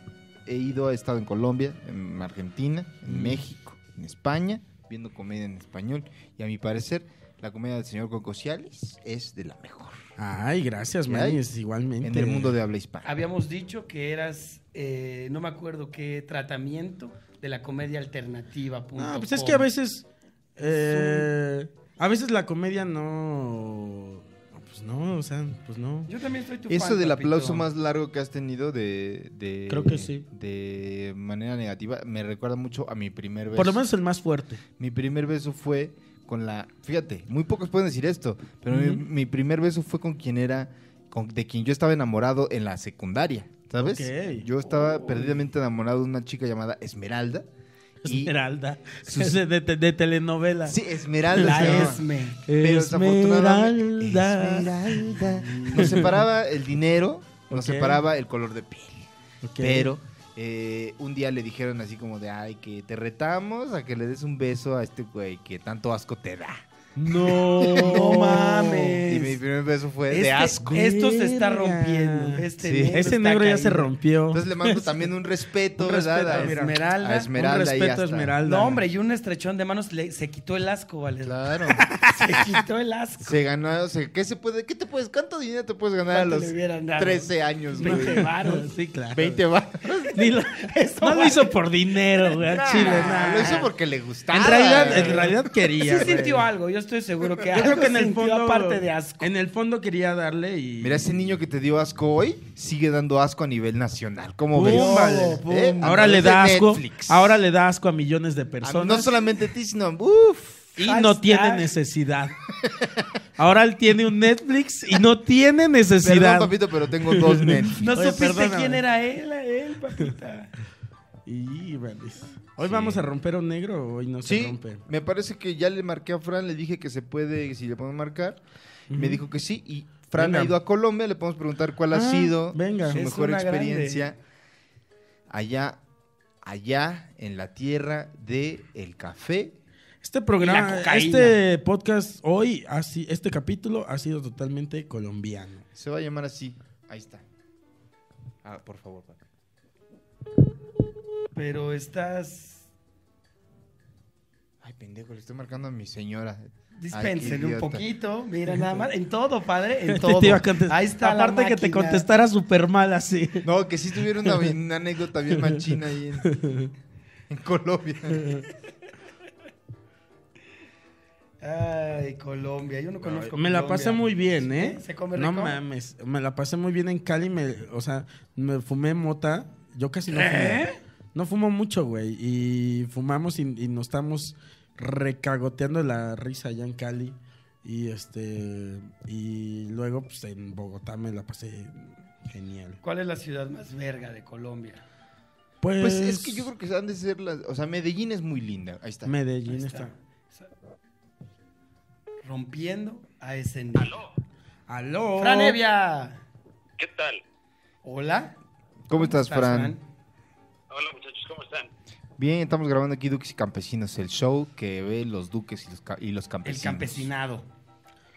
B: he ido, he estado en Colombia, en Argentina,
C: Mm.
B: en México, en España, viendo comedia en español. Y a mi parecer, la comedia del señor Cocosiales es de la mejor
C: Ay, gracias,
B: ¿Qué
C: manis, igualmente.
B: en el mundo de habla hispana.
A: Habíamos dicho que eras, eh, no me acuerdo qué tratamiento de la comedia alternativa. punto
C: No, pues es
A: com.
C: que a veces, eh, a veces la comedia no, pues no, o sea, pues no.
A: Yo también soy tu fan.
B: Eso del
A: papito.
B: aplauso más largo que has tenido de, de-
C: Creo que sí.
B: de manera negativa me recuerda mucho a mi primer beso.
C: Por lo menos el más fuerte.
B: Mi primer beso fue con la. Fíjate, muy pocos pueden decir esto, pero mi,
C: Ujú.
B: mi primer beso fue con quien era. con- de quien yo estaba enamorado en la secundaria, ¿sabes?
C: Ok. Oh.
B: Yo estaba perdidamente enamorado de una chica llamada Esmeralda. y-
C: Esmeralda.
B: sus-
C: de, de- de telenovela.
B: Sí, Esmeralda. se
A: La
B: llamaba.
A: Esme.
B: Pero desafortunadamente-
C: Esmeralda.
B: Esmeralda. Nos separaba el dinero, nos
C: Ok.
B: separaba el color de piel.
C: Ok.
B: Pero eh, un día le dijeron así como de, ay, que te retamos a que le des un beso a este güey que tanto asco te da.
C: No,
A: No mames.
B: Y mi primer beso fue
A: Este-
B: de asco.
A: Esto se está
C: Verga.
A: rompiendo. Este
B: Sí.
A: negro,
C: Ese
A: está
C: negro ya se
A: caído.
C: rompió.
B: Entonces le mando también un respeto,
C: Un
B: ¿verdad?
C: respeto,
B: a
C: mira.
A: Esmeralda,
B: A
C: un
B: Esmeralda. y ya
C: respeto a
B: está.
C: Esmeralda.
A: No, hombre, y un estrechón de manos le- se quitó el asco, ¿vale?
B: Claro.
A: Se quitó el asco.
B: Se ganó, o sea, ¿qué se puede, qué te puedes, cuánto dinero te puedes ganar a
A: ¿Cuánto
B: los
A: le hubieran dado?
B: 13 años, güey?
A: 20 varos.
C: Sí, claro.
B: 20 va.
C: Ni lo- no lo hizo por dinero, güey. al
B: Nah,
C: Ah, Chile, nah.
B: Lo
A: Ah.
B: hizo porque le gustaba.
C: En realidad, en
B: güey.
C: realidad quería.
A: Sí
C: güey.
A: sintió algo, yo estoy seguro que
C: Yo creo
A: algo
C: que en el
A: sintió
C: fondo.
A: aparte de asco.
C: En el fondo quería darle y.
B: Mira, ese niño que te dio asco hoy sigue dando asco a nivel nacional. ¿Cómo ves?
C: Púmbale,
B: ¿Eh?
C: púmbale.
B: A
C: Ahora le
B: través de
C: da asco.
B: Netflix.
C: Ahora le da asco a millones de
B: A-
C: personas.
B: No solamente a ti, sino. ¡Uf!
C: Y no tiene
A: Hashtag.
C: necesidad. Ahora él tiene un Netflix y no tiene
B: Perdón,
C: necesidad.
B: papito, pero tengo dos Netflix.
A: No
C: Oye,
A: supiste
C: perdóname.
A: quién era él, él, papita.
C: y vales. Hoy vamos a romper un negro o hoy no se
B: Sí,
C: rompe.
B: me parece que ya le marqué a Fran, le dije que se puede, si le podemos marcar. Me dijo que sí. Y Fran
C: Venga.
B: ha ido a Colombia, le podemos preguntar cuál ha
C: Ah,
B: sido
C: venga.
B: su
A: Es
B: mejor
A: una grande.
B: experiencia allá, allá en la tierra de el café.
C: Este programa,
A: La cocaína.
C: este podcast hoy, ha si- este capítulo ha sido totalmente colombiano.
B: Se va a llamar así. Ahí está. Ah, por favor, Fran.
A: Pero estás.
B: Ay, pendejo, le estoy marcando a mi señora. Ay, qué
A: Dispensen un
B: idiota.
A: poquito. Mira, nada más. En todo, padre. En
C: Te-
A: todo.
C: te iba a contest-
A: Ahí está. la
C: Aparte que te
A: máquina.
C: contestara súper mal así.
B: No, que sí tuviera una, una anécdota bien machina ahí en, en Colombia.
A: Ay, Colombia. Yo no conozco.
C: Me la
A: Colombia.
C: pasé muy bien, ¿eh?
A: Se come
C: no
A: rico.
C: mames, me la pasé muy bien en Cali, me, o sea, me fumé mota, yo casi no
A: ¿Eh?
C: fumé. No fumo mucho, güey, y fumamos y, y nos estamos recagoteando la risa allá en Cali. Y este y luego pues en Bogotá me la pasé genial.
A: ¿Cuál es la ciudad más verga de Colombia?
C: Pues,
B: Pues es que yo creo que han de ser las. O sea, Medellín es muy linda. Ahí está.
A: Ahí
C: Medellín
A: está.
C: está.
A: Está. Rompiendo a escenario.
C: Aló.
A: Fran Evia.
E: ¿Qué tal?
A: Hola.
B: ¿Cómo estás, Fran?
E: Hola muchachos, ¿cómo están?
B: Bien, estamos grabando aquí Duques y Campesinos, el show que ve los duques y los, ca- y los
A: El
B: campesinos.
A: campesinado.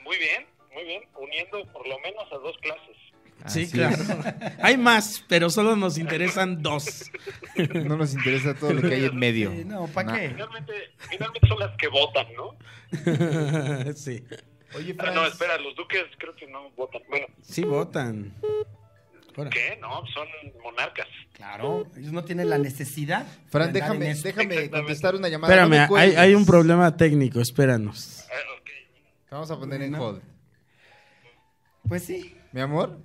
E: Muy bien, muy bien, uniendo por lo menos a dos clases.
C: Sí,
B: Así
C: claro. Hay más, pero solo nos interesan dos.
B: es. No nos interesa todo lo que hay en medio.
A: Sí, no, ¿pa' qué?
E: Finalmente, finalmente son las que votan, ¿no?
C: sí.
B: Oye,
E: Ah,
B: Franz,
E: no, espera, los duques creo que no votan. Bueno,
C: Sí votan. Ahora.
E: ¿qué? No, son monarcas.
A: Claro, ellos no tienen la necesidad.
B: Fran,
A: de andar
B: déjame,
A: en eso.
B: déjame
E: Exactamente.
B: contestar una llamada.
C: Espérame,
B: no me
C: hay,
B: cuelgues.
C: hay un problema técnico, espéranos.
E: Ah, ok.
B: Te vamos a poner en
A: No.
B: hold.
A: Pues sí.
B: Mi amor,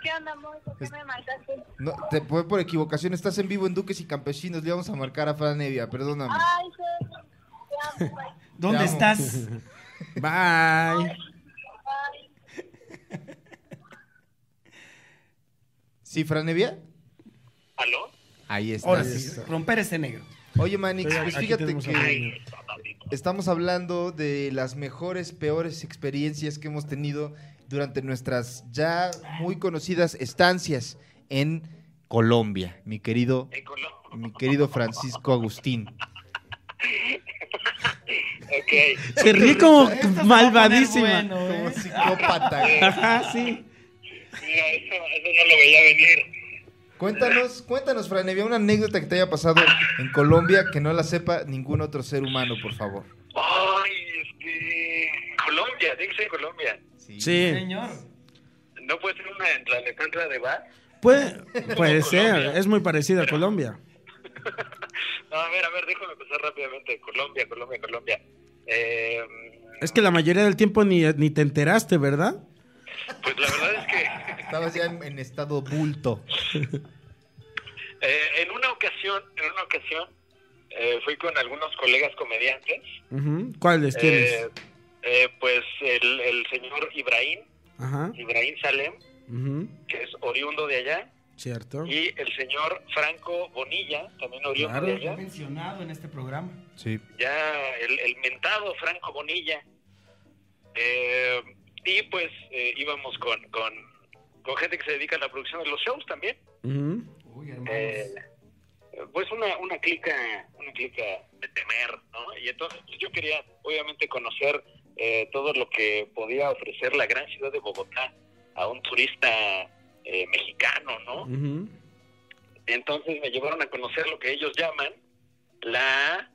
F: ¿Qué onda, amor? ¿Por qué me marcaste?
B: no, te fue por equivocación. Estás en vivo en Duques y Campesinos. Le vamos a marcar a Fran Evia, perdóname.
F: Ay, sí. Te amo, bye.
A: ¿Dónde
B: amo.
A: estás?
C: Bye.
F: Bye.
B: ¿Sí, Fran Evia?
E: ¿Aló?
B: Ahí está.
A: Ahora sí, romper ese negro.
B: Oye, Manix,
C: Estoy-
B: pues
C: aquí
B: fíjate
C: tenemos a
B: que
C: Fran.
E: Ay, papacito.
B: estamos hablando de las mejores, peores experiencias que hemos tenido durante nuestras ya muy conocidas estancias en Colombia, mi querido,
E: En Colombia.
B: mi querido Francisco Agustín.
E: Ok.
C: Se ríe como
A: Esto se va a
C: malvadísima.
A: poner bueno, ¿eh?
B: Como psicópata. güey.
C: Ajá, sí.
E: Eh, Mira, eso, eso no lo veía venir.
B: Cuéntanos, cuéntanos, Fran, había una anécdota que te haya pasado en Colombia que no la sepa ningún otro ser humano, por favor.
E: Ay, este. Colombia, dice Colombia.
C: Sí.
A: Señor.
E: ¿No puede ser una en Tlalnepantla de Bar?
C: Puede, puede
E: Colombia.
C: ser, es muy parecida a Colombia.
E: No, a ver, a ver, déjame empezar rápidamente. Colombia, Colombia, Colombia. Eh,
C: Es que la mayoría del tiempo ni, ni te enteraste, ¿verdad?
E: pues la verdad es que.
B: Estabas ya en, en estado bulto.
E: Eh, en una ocasión, en una ocasión, eh, fui con algunos colegas comediantes.
C: Ujú. ¿Cuáles
E: Eh,
C: tienes?
E: eh, pues el, el señor Ibrahim,
C: Ajá.
E: Ibrahim Salem,
C: ujú,
E: que es oriundo de allá,
C: Cierto.
E: y el señor Franco Bonilla, también oriundo
C: Claro.
E: de
A: Lo he
E: allá.
A: mencionado en este programa.
B: Sí.
E: Ya el, el mentado Franco Bonilla. Eh, y pues eh, íbamos con, con, con gente que se dedica a la producción de los shows también.
C: Ujú.
A: Uy, hermanos.
E: Eh, pues una, una clica, una clica de temer, ¿no? Y entonces pues, yo quería obviamente conocer eh, todo lo que podía ofrecer la gran ciudad de Bogotá a un turista eh, mexicano, ¿no?
C: ujú.
E: Entonces me llevaron a conocer lo que ellos llaman la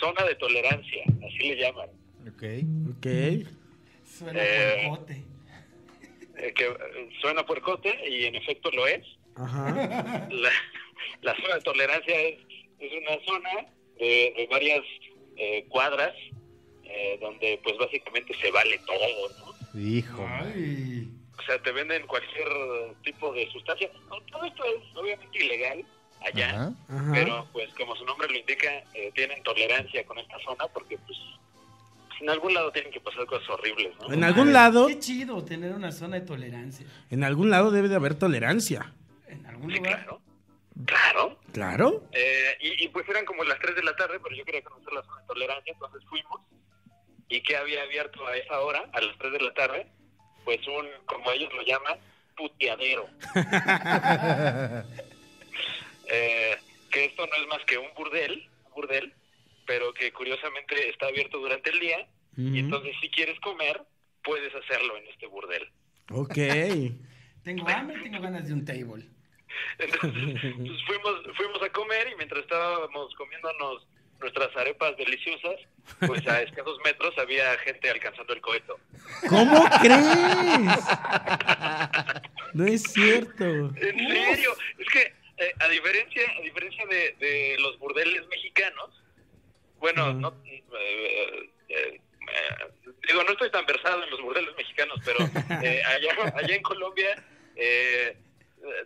E: zona de tolerancia, así le llaman.
B: Ok.
C: Ok.
A: Suena
E: eh,
A: boicote.
E: Eh, que eh, suena puercote y en efecto lo es.
C: Ajá.
E: la, la zona de tolerancia es, es una zona de, de varias eh, cuadras eh, donde pues básicamente se vale todo, ¿no?
B: Hijo.
A: Ay.
E: O sea, te venden cualquier tipo de sustancia. No, todo esto es obviamente ilegal allá,
B: Ajá.
C: Ajá.
E: pero pues como su nombre lo indica, eh, tienen tolerancia con esta zona porque pues en algún lado tienen que pasar cosas horribles, ¿no?
C: En algún lado,
A: Qué chido tener una zona de tolerancia.
C: en algún lado debe de haber tolerancia.
A: En algún
E: Sí,
A: lugar.
E: claro. Claro.
C: Claro.
E: Eh, y, y, pues eran como las 3 de la tarde, pero yo quería conocer la zona de tolerancia, entonces fuimos. ¿Y que había abierto a esa hora, a las 3 de la tarde? Pues un, como ellos lo llaman, puteadero. Eh, que esto no es más que un burdel, un burdel, pero que curiosamente está abierto durante el día.
C: Ujú.
E: Y entonces si quieres comer, puedes hacerlo en este burdel.
C: Ok.
A: Tengo hambre, tengo ganas de un table.
E: Entonces, pues, fuimos, fuimos a comer y mientras estábamos comiéndonos nuestras arepas deliciosas, pues a escasos metros había gente alcanzando el coheto.
C: ¿Cómo crees? No es cierto.
E: En serio, es que eh, a diferencia, a diferencia de, de los burdeles mexicanos, bueno,
C: Ujú.
E: no, eh, eh, eh, digo, no estoy tan versado en los burdeles mexicanos, pero eh, allá, allá en Colombia, eh, eh,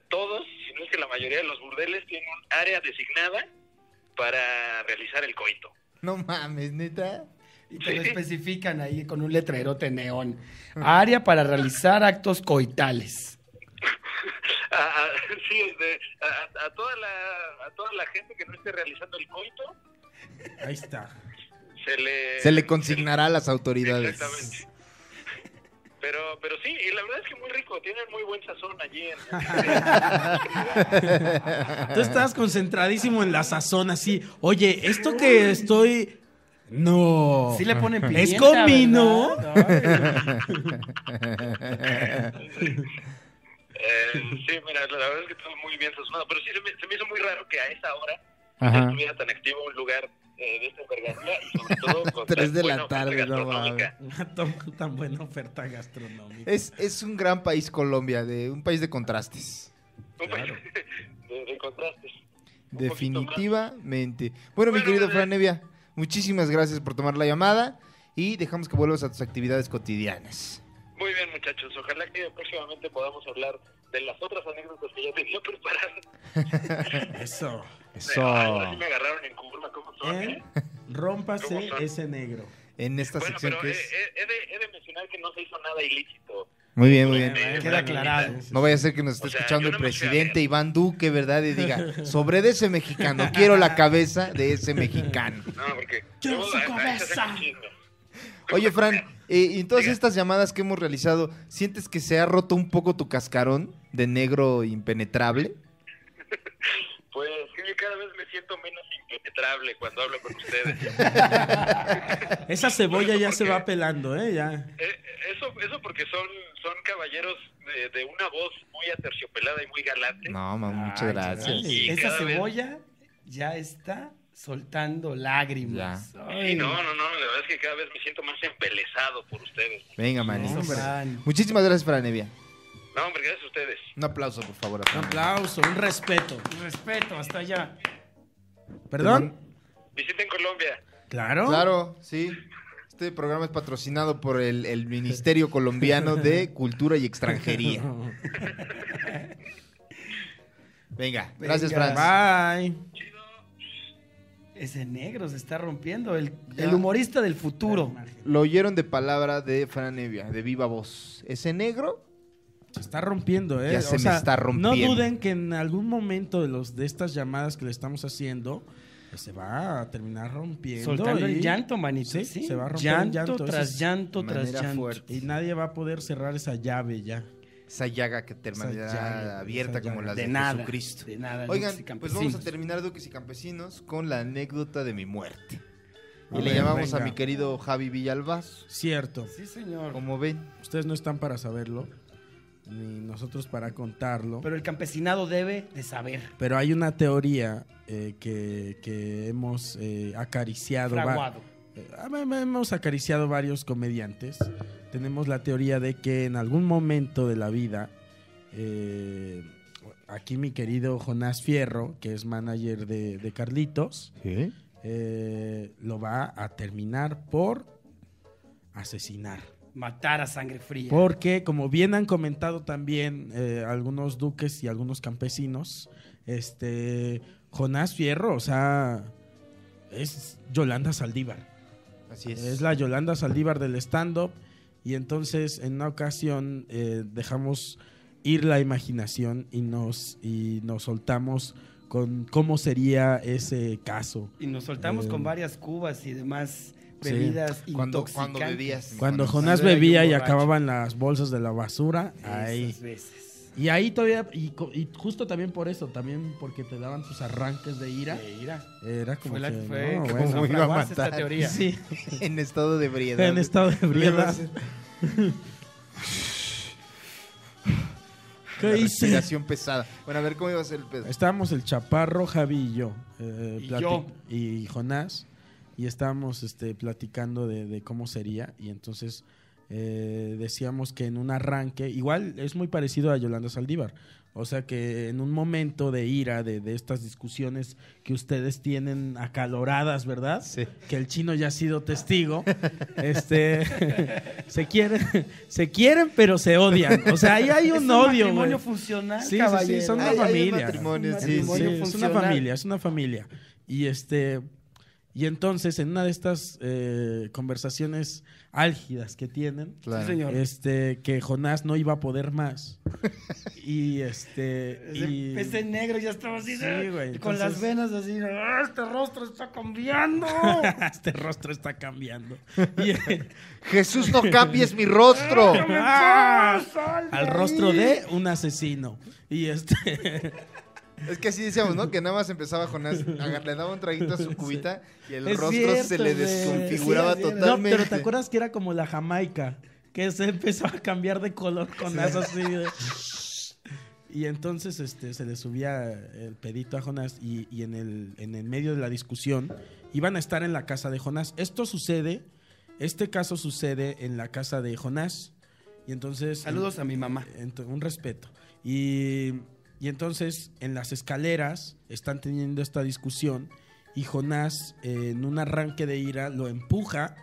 E: todos, si no es que la mayoría de los burdeles tienen un área designada para realizar el coito.
B: No mames, neta.
A: Y te lo
E: Sí.
A: especifican ahí con un letrerote neón. Área para realizar actos coitales.
E: a, a- sí, de- a- a- a toda la, a toda la gente que no esté realizando el coito,
C: Ahí está.
E: se le...
B: Se le consignará a las autoridades.
E: Eh, Exactamente. Pero, pero sí, y la verdad es que muy rico, tienen muy buen sazón allí. en-
C: Tú estabas concentradísimo en la sazón así. Oye, esto que estoy... No.
B: Oh.
A: Sí le ponen pimienta,
C: Es comino.
A: ¿verdad? Ay,
E: Eh, sí, mira, la verdad es que todo muy bien sazonado, pero sí se me, se me hizo muy raro que a esa hora
B: Ajá.
E: estuviera tan activo un lugar eh, de esta envergadura y sobre todo con
B: Tres
E: tan
B: de la
E: buena oferta
B: tarde, no
E: gastronómica.
B: mames.
C: Una tan- tan buena oferta gastronómica.
B: Es, es un gran país Colombia, de un país de contrastes.
E: Un país de, de contrastes. Un
B: Definitivamente. Bueno, mi
E: Bueno,
B: querido
E: eh,
B: Fran Evia, muchísimas gracias por tomar la llamada y dejamos que vuelvas a tus actividades cotidianas.
E: Muy bien, muchachos. Ojalá que próximamente podamos hablar de las otras anécdotas que ya tenía preparadas.
C: Eso.
E: Ahora sí me agarraron en curva, ¿cómo son?
C: ¿Eh?
E: eh?
C: Rómpase
E: ¿Cómo son?
C: ese negro.
B: En esta
E: Bueno,
B: sección
E: pero
B: que
E: eh,
B: es...
E: eh, he, de, he de mencionar que no se hizo nada ilícito.
B: Muy bien, muy bien.
E: Eh,
A: Queda aclarado.
B: No vaya a ser que nos esté
E: O sea,
B: escuchando
E: yo
B: el
E: no me fui a
B: presidente
E: ver.
B: Iván Duque, ¿verdad? Y diga, sobre de ese mexicano, quiero la cabeza de ese mexicano.
E: No, porque...
C: ¡Quiero
E: luego
C: su
E: a- a-
C: cabeza!
E: se hacen chismes.
B: Oye, Fran, eh, y en todas
E: Diga.
B: estas llamadas que hemos realizado, ¿sientes que se ha roto un poco tu cascarón de negro impenetrable?
E: Pues que yo cada vez me siento menos impenetrable cuando hablo con ustedes.
C: Esa cebolla ya se
E: ¿Por qué?
C: va pelando, ¿eh? Ya.
E: Eh, eso, eso porque son, son caballeros de, de una voz muy aterciopelada y muy galante.
B: No, mamá, muchas
A: Ay,
B: gracias.
A: caray.
E: Y
A: Esa
E: cada vez-
A: cebolla ya está soltando lágrimas. Ay,
E: Y no, no, no, la verdad es que cada vez me siento más embelesado por ustedes.
B: Venga,
A: eso,
B: manito.
A: Fran.
B: Muchísimas gracias, Fran Evia.
E: No, hombre, gracias a ustedes.
B: Un aplauso, por favor. a
C: Un
B: Fran Evia.
C: aplauso, un respeto.
A: Respeto, hasta allá.
C: ¿Perdón?
E: Visiten Colombia.
C: Claro.
B: Claro, sí. Este programa es patrocinado por el, el Ministerio Colombiano de Cultura y Extranjería. Venga, gracias,
A: Venga.
B: Fran.
C: Bye.
A: Ese negro se está rompiendo. El,
B: Ya.
A: el humorista del futuro.
B: Lo oyeron de palabra de Fran Evia, de viva voz. Ese negro
C: Se está rompiendo, ¿eh?
B: Ya se me está rompiendo.
C: No duden que en algún momento de, los, de estas llamadas que le estamos haciendo, pues, se va a terminar rompiendo.
A: Soltando
C: y-
A: el llanto, manito.
C: Sí,
A: Sí,
C: se va a romper el
A: llanto,
C: llanto, ese
A: tras
C: es
A: llanto tras
B: manera
A: llanto.
B: fuerte.
C: Y nadie va a poder cerrar esa llave ya.
B: esa llaga que
C: Esa llaga,
B: terminará abierta
C: esa
B: como
C: llaga.
B: las de,
A: De nada.
B: Jesucristo.
A: De nada.
B: Oigan,
A: Lucas y
B: pues vamos a
A: Campesinos.
B: terminar Duques y Campesinos con la anécdota de mi muerte.
C: A
B: Y le
C: ver,
B: llamamos a
C: venga.
B: mi querido Javi Villalbazo.
C: Cierto.
A: Sí, señor.
B: Como ven,
C: Ustedes no están para saberlo, ni nosotros para contarlo.
A: Pero el campesinado debe de saber.
C: Pero hay una teoría eh, que, que hemos eh, acariciado. va-
A: Fraguado.
C: eh, ah, hemos acariciado varios comediantes. Tenemos la teoría de que en algún momento de la vida, eh, aquí mi querido Jonás Fierro, que es manager de, de Carlitos, eh, lo va a terminar por asesinar.
A: Matar a sangre fría.
C: Porque, como bien han comentado también eh, algunos duques y algunos campesinos, este Jonás Fierro, o sea, es Yolanda Saldívar.
B: así es.
C: Es, la Yolanda Saldívar del stand-up. Y entonces, en una ocasión, eh, dejamos ir la imaginación y nos, y nos soltamos con cómo sería ese caso.
A: Y nos soltamos
C: Eh,
A: con varias cubas y demás
C: sí.
A: bebidas
B: cuando, cuando
A: intoxicantes.
B: bebías.
C: Cuando
B: Cuando-
C: Jonás
A: era yo
C: bebía y
A: borracho.
C: acababan las bolsas de la basura, ahí...
A: Esas veces.
C: Y ahí todavía, y, co- y justo también por eso, también porque te daban tus arranques de ira.
A: De ira.
C: Era como
A: Fue la
C: que,
A: que fue.
C: no,
A: que
C: bueno.
B: ¿Cómo iba a
A: fraguarse esta
B: matar?
A: teoría.
C: Sí,
B: en estado de ebriedad.
C: en estado de
B: Lo iba a
C: ebriedad.
B: hacer.
C: ¿Qué
B: La
C: hice?
B: Respiración pesada. Bueno, a ver cómo iba a ser el pedo.
C: Estábamos el chaparro, Javi y yo. eh,
A: Y
C: plati-
A: yo.
C: y Jonás. Y estábamos este, platicando de, de cómo sería. Y entonces eh, decíamos que en un arranque, igual es muy parecido a Yolanda Saldívar. O sea que en un momento de ira, de, de estas discusiones que ustedes tienen acaloradas, ¿verdad?
B: Sí.
C: que el chino ya ha sido testigo. Este se quieren, se quieren, pero se odian. O sea, ahí hay
A: Es
C: un,
A: un
C: odio, güey.
A: matrimonio funcional,
C: Sí, sí, sí,
A: caballero.
C: son una
B: Ay, ay,
C: familia.
B: matrimonios,
A: Un
B: sí,
C: Sí,
B: sí.
A: matrimonio
C: es una
A: funcional.
C: familia, es una familia. Y este y entonces en una de estas eh, conversaciones álgidas que tienen,
A: Sí,
B: Claro.
A: señor.
C: este que Jonás no iba a poder más. Y este
A: Ese,
C: y
A: ese negro ya estaba así,
C: Sí,
A: ¿no?
C: güey,
A: con las
C: entonces-
A: venas así. "Ah, Este rostro está cambiando. ¡Ah,
C: este rostro está cambiando. Y-
B: Jesús, no cambies mi rostro.
C: Ah,
A: Sal de
C: al rostro
A: ahí.
C: de un asesino. Y este.
B: Es que así decíamos, ¿no? Que nada más empezaba Jonás, aga- le daba un traguito a su cubita y el
C: Es
B: rostro se
C: cierto,
B: le
C: güey.
B: desconfiguraba
A: Sí, así era.
B: totalmente.
C: No, pero ¿te acuerdas que era como la Jamaica? Que se empezó a cambiar de color con asas así de- Y entonces este, se le subía el pedito a Jonás y, y en, el, en el medio de la discusión iban a estar en la casa de Jonás. Esto sucede, este caso sucede en la casa de Jonás. Y entonces...
A: Saludos a mi mamá.
C: Ento- un respeto. Y, y entonces en las escaleras están teniendo esta discusión y Jonás eh, en un arranque de ira lo empuja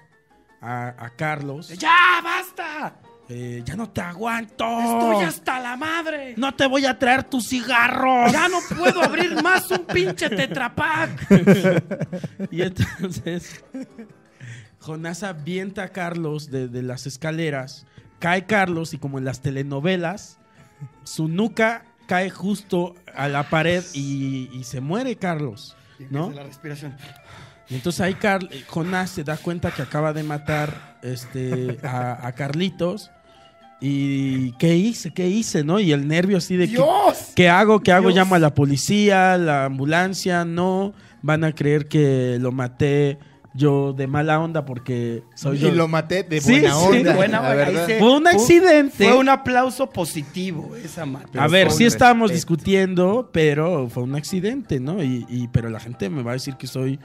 C: a, a Carlos.
A: ¡Ya, basta!
C: Eh, ya no te aguanto.
A: ¡Estoy hasta la madre!
C: No te voy a traer tus cigarros.
A: ¡Ya no puedo abrir más un pinche tetrapack!
C: Y entonces Jonás avienta a Carlos de, de las escaleras. Cae Carlos y como en las telenovelas, su nuca cae justo a la pared y, y se muere Carlos. ¿No?
A: La respiración.
C: Y entonces ahí Carl- eh, Jonás se da cuenta que acaba de matar este, a, a Carlitos. Y ¿qué hice? ¿Qué hice? ¿No? Y el nervio así de que...
A: ¡Dios!
C: ¿Qué hago? ¿Qué hago?
A: Dios.
C: Llamo a la policía, la ambulancia, no. Van a creer que lo maté yo de mala onda porque soy yo.
B: Y lo maté de
C: Sí,
B: buena
C: sí,
B: onda.
A: buena
B: la
A: onda,
B: verdad.
A: dice.
C: Fue un accidente.
A: Fue un aplauso positivo esa madre.
C: a ver,
B: con
C: sí estábamos
B: respeto.
C: discutiendo, pero fue un accidente, ¿no? Y, y- pero la gente me va a decir que soy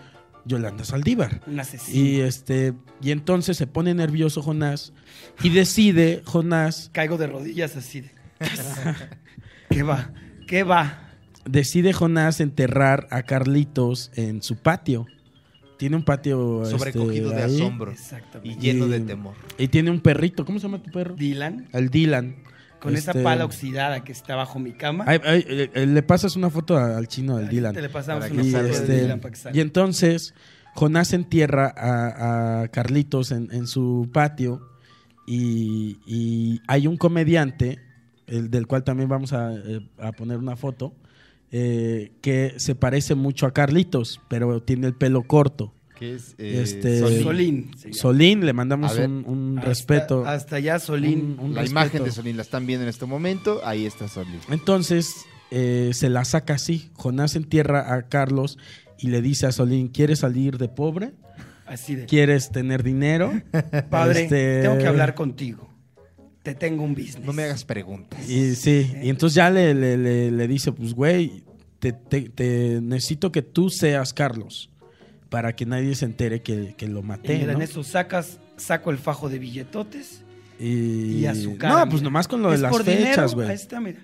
C: Yolanda Saldívar.
A: Un asesino.
C: Y este y entonces se pone nervioso Jonás y decide Jonás
A: Caigo de rodillas así de... ¿Qué va? ¿Qué va?
C: decide Jonás enterrar a Carlitos en su patio. Tiene un patio este,
B: Sobrecogido de
C: ahí.
B: asombro y
A: Exactamente.
B: lleno de
C: Y-
B: temor.
C: Y tiene un perrito. ¿Cómo se llama tu perro?
A: Dylan,
C: El Dylan.
A: con
C: Este,
A: esa pala oxidada que está bajo mi cama.
C: ay, ay, eh, eh, le pasas una foto a- al chino del
A: Aquí
C: Dylan.
A: Te le pasamos
B: Para
A: una
C: Y,
A: foto
C: este,
A: de Dylan para que salga.
C: y entonces Jonás entierra a, a Carlitos en, en su patio y, y hay un comediante, el del cual también vamos a, eh, a poner una foto, eh, que se parece mucho a Carlitos, pero tiene el pelo corto.
B: Que es eh,
C: Este-
B: Solín.
A: Solín. se llama.
C: Solín, le mandamos
B: A ver,
C: un, un
A: Hasta-
C: respeto.
A: Hasta allá, Solín.
C: un- un
B: La
C: respeto.
B: imagen de Solín la están viendo en este momento. Ahí está Solín.
C: Entonces eh, se la saca así. Jonás entierra a Carlos y le dice a Solín, ¿quieres salir de pobre?
A: Así de...
C: ¿Quieres tener dinero?
A: Padre,
C: Este-
A: tengo que hablar contigo. Te tengo un business.
B: No me hagas preguntas.
C: Y sí, y entonces ya le, le- le- le dice, pues güey, te, te- te necesito que tú seas Carlos para que nadie se entere que, que lo
A: Y
C: maté.
A: mira, en
C: ¿no?
A: eso sacas, saco el fajo de billetotes.
C: Y-
A: Y a su cara.
C: No, pues
A: mira.
C: nomás con lo de
A: Es
C: las
A: por
C: fechas,
A: dinero, pues. Ahí
C: güey.
A: está, mira.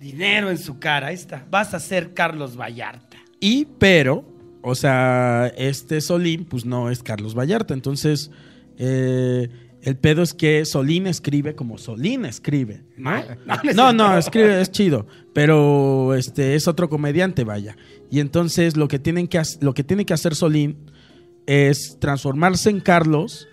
A: Dinero en su cara, ahí está. Vas a ser Carlos Vallarta.
C: Y pero, o sea, este Solín, pues no es Carlos Vallarta. Entonces, eh, el pedo es que Solín escribe como Solín escribe.
A: ¿Mal?
C: ¿Ah? No, no, escribe, es chido. Pero este es otro comediante, vaya. Y entonces lo que tienen que hac- lo que tiene que hacer Solín es transformarse en Carlos,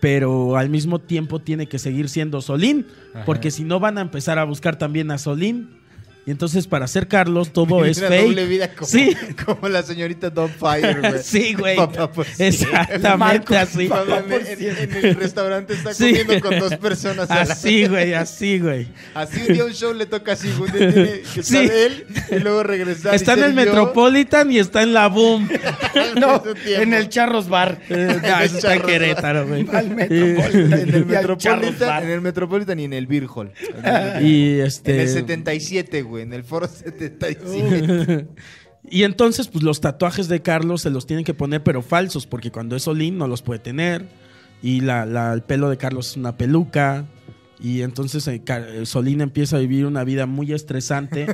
C: pero al mismo tiempo tiene que seguir siendo Solín, porque si no van a empezar a buscar también a Solín. Y entonces para ser Carlos todo es
B: Una
C: fake.
B: doble vida como,
C: Sí.
B: como la señorita Don Fire, güey.
C: Sí, güey.
B: Papá, pues, sí.
C: Exactamente
A: Marco,
C: así.
B: Cuando en, en- en el restaurante está
C: Sí.
B: comiendo con dos personas a la-
C: Así, güey, así, güey.
B: Así un día un show le toca así, un día tiene que estar
C: Sí.
B: él y luego regresar.
C: Está
B: y
C: en
B: ser
C: el
B: yo
C: Metropolitan y está en la Boom.
B: al
A: No,
B: mismo tiempo.
A: en el Charros Bar.
C: Eh, no, eso está en Querétaro, güey.
A: Al
C: Y-
A: Metropolitan.
B: En el
A: Y al Charros
B: Metropolitan,
A: Bar.
B: en el Metropolitan y en el Beer Hall.
C: Y este.
B: En el 77, güey, en el foro 77.
C: y entonces, pues los tatuajes de Carlos se los tienen que poner, pero falsos, porque cuando es Solín no los puede tener. Y la, la- el pelo de Carlos es una peluca. Y entonces eh, Ca- eh, Solín empieza a vivir una vida muy estresante.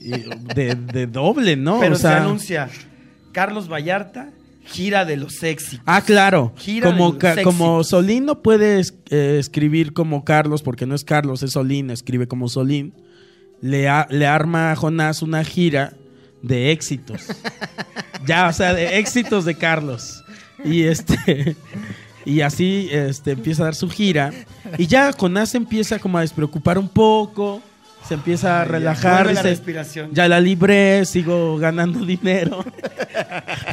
C: y de, de doble, ¿no?
A: Pero
C: O sea-
A: se anuncia Carlos Vallarta, gira de los éxitos.
C: Ah, claro.
A: Gira
C: Como,
A: de
C: Ca-
A: los
C: como
A: éxitos.
C: Solín no puede es- eh, escribir como Carlos, porque no es Carlos, es Solín, escribe como Solín. Le, a- le arma a Jonás una gira de éxitos. ya, o sea, de éxitos de Carlos. Y este. Y así este, empieza a dar su gira. Y ya Jonás se empieza como a despreocupar un poco. Se empieza a relajar.
A: Vuelve la
C: dice,
A: respiración.
C: eh, ya la libré, sigo ganando dinero.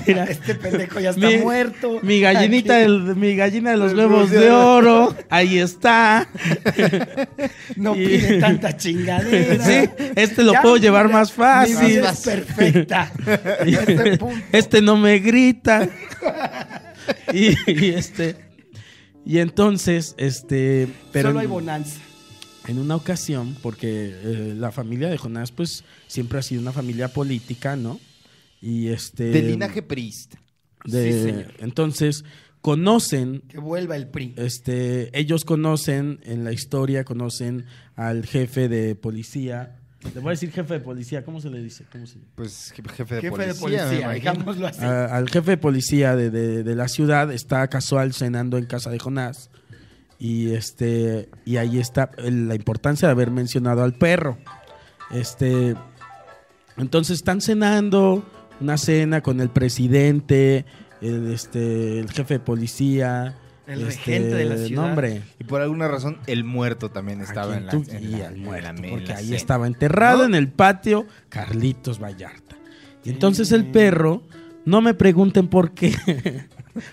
C: Mira,
A: Este pendejo ya está
C: Mi-
A: muerto.
C: mi gallinita, del- mi gallina de los
B: Del
C: huevos
B: Rusia.
C: de oro, ahí está.
A: No
C: Y-
A: pide tanta chingadera.
C: Sí, este lo
A: Ya
C: puedo
A: mi
C: llevar
A: vida-
C: más
A: Mi
C: fácil.
A: vida es perfecta. Este
B: Eh.
A: punto.
C: Este no me grita. Y, y este y entonces este pero
A: Solo hay bonanza.
C: en una ocasión, porque eh, la familia de Jonás, pues, siempre ha sido una familia política, ¿no? Y este.
B: De linaje priista.
C: de-
A: Sí, señor.
C: Entonces, conocen
A: Que vuelva el PRI.
C: este, ellos conocen en la historia, conocen al jefe de policía. Le voy a decir jefe de policía, ¿cómo se le dice? ¿Cómo se llama?
B: Pues je- jefe de
A: Jefe
B: policía.
A: de policía,
B: me imagino.
A: digámoslo así.
C: A- al jefe de policía de, de- de la ciudad está casual cenando en casa de Jonás. Y este y ahí está el- la importancia de haber mencionado al perro. Este entonces están cenando una cena con el presidente, el este el jefe de policía,
A: El
C: este,
A: regente de la
C: no,
A: ciudad.
C: hombre.
B: Y por alguna razón, el muerto también
C: a
B: estaba
C: quien
B: en la,
C: tú
B: en la-
C: guías,
B: en la-
C: muerto,
B: en la
C: porque ahí
B: cena.
C: estaba enterrado
B: ¿No?
C: en el patio Carlitos Vallarta. Y entonces el perro, no me pregunten por qué,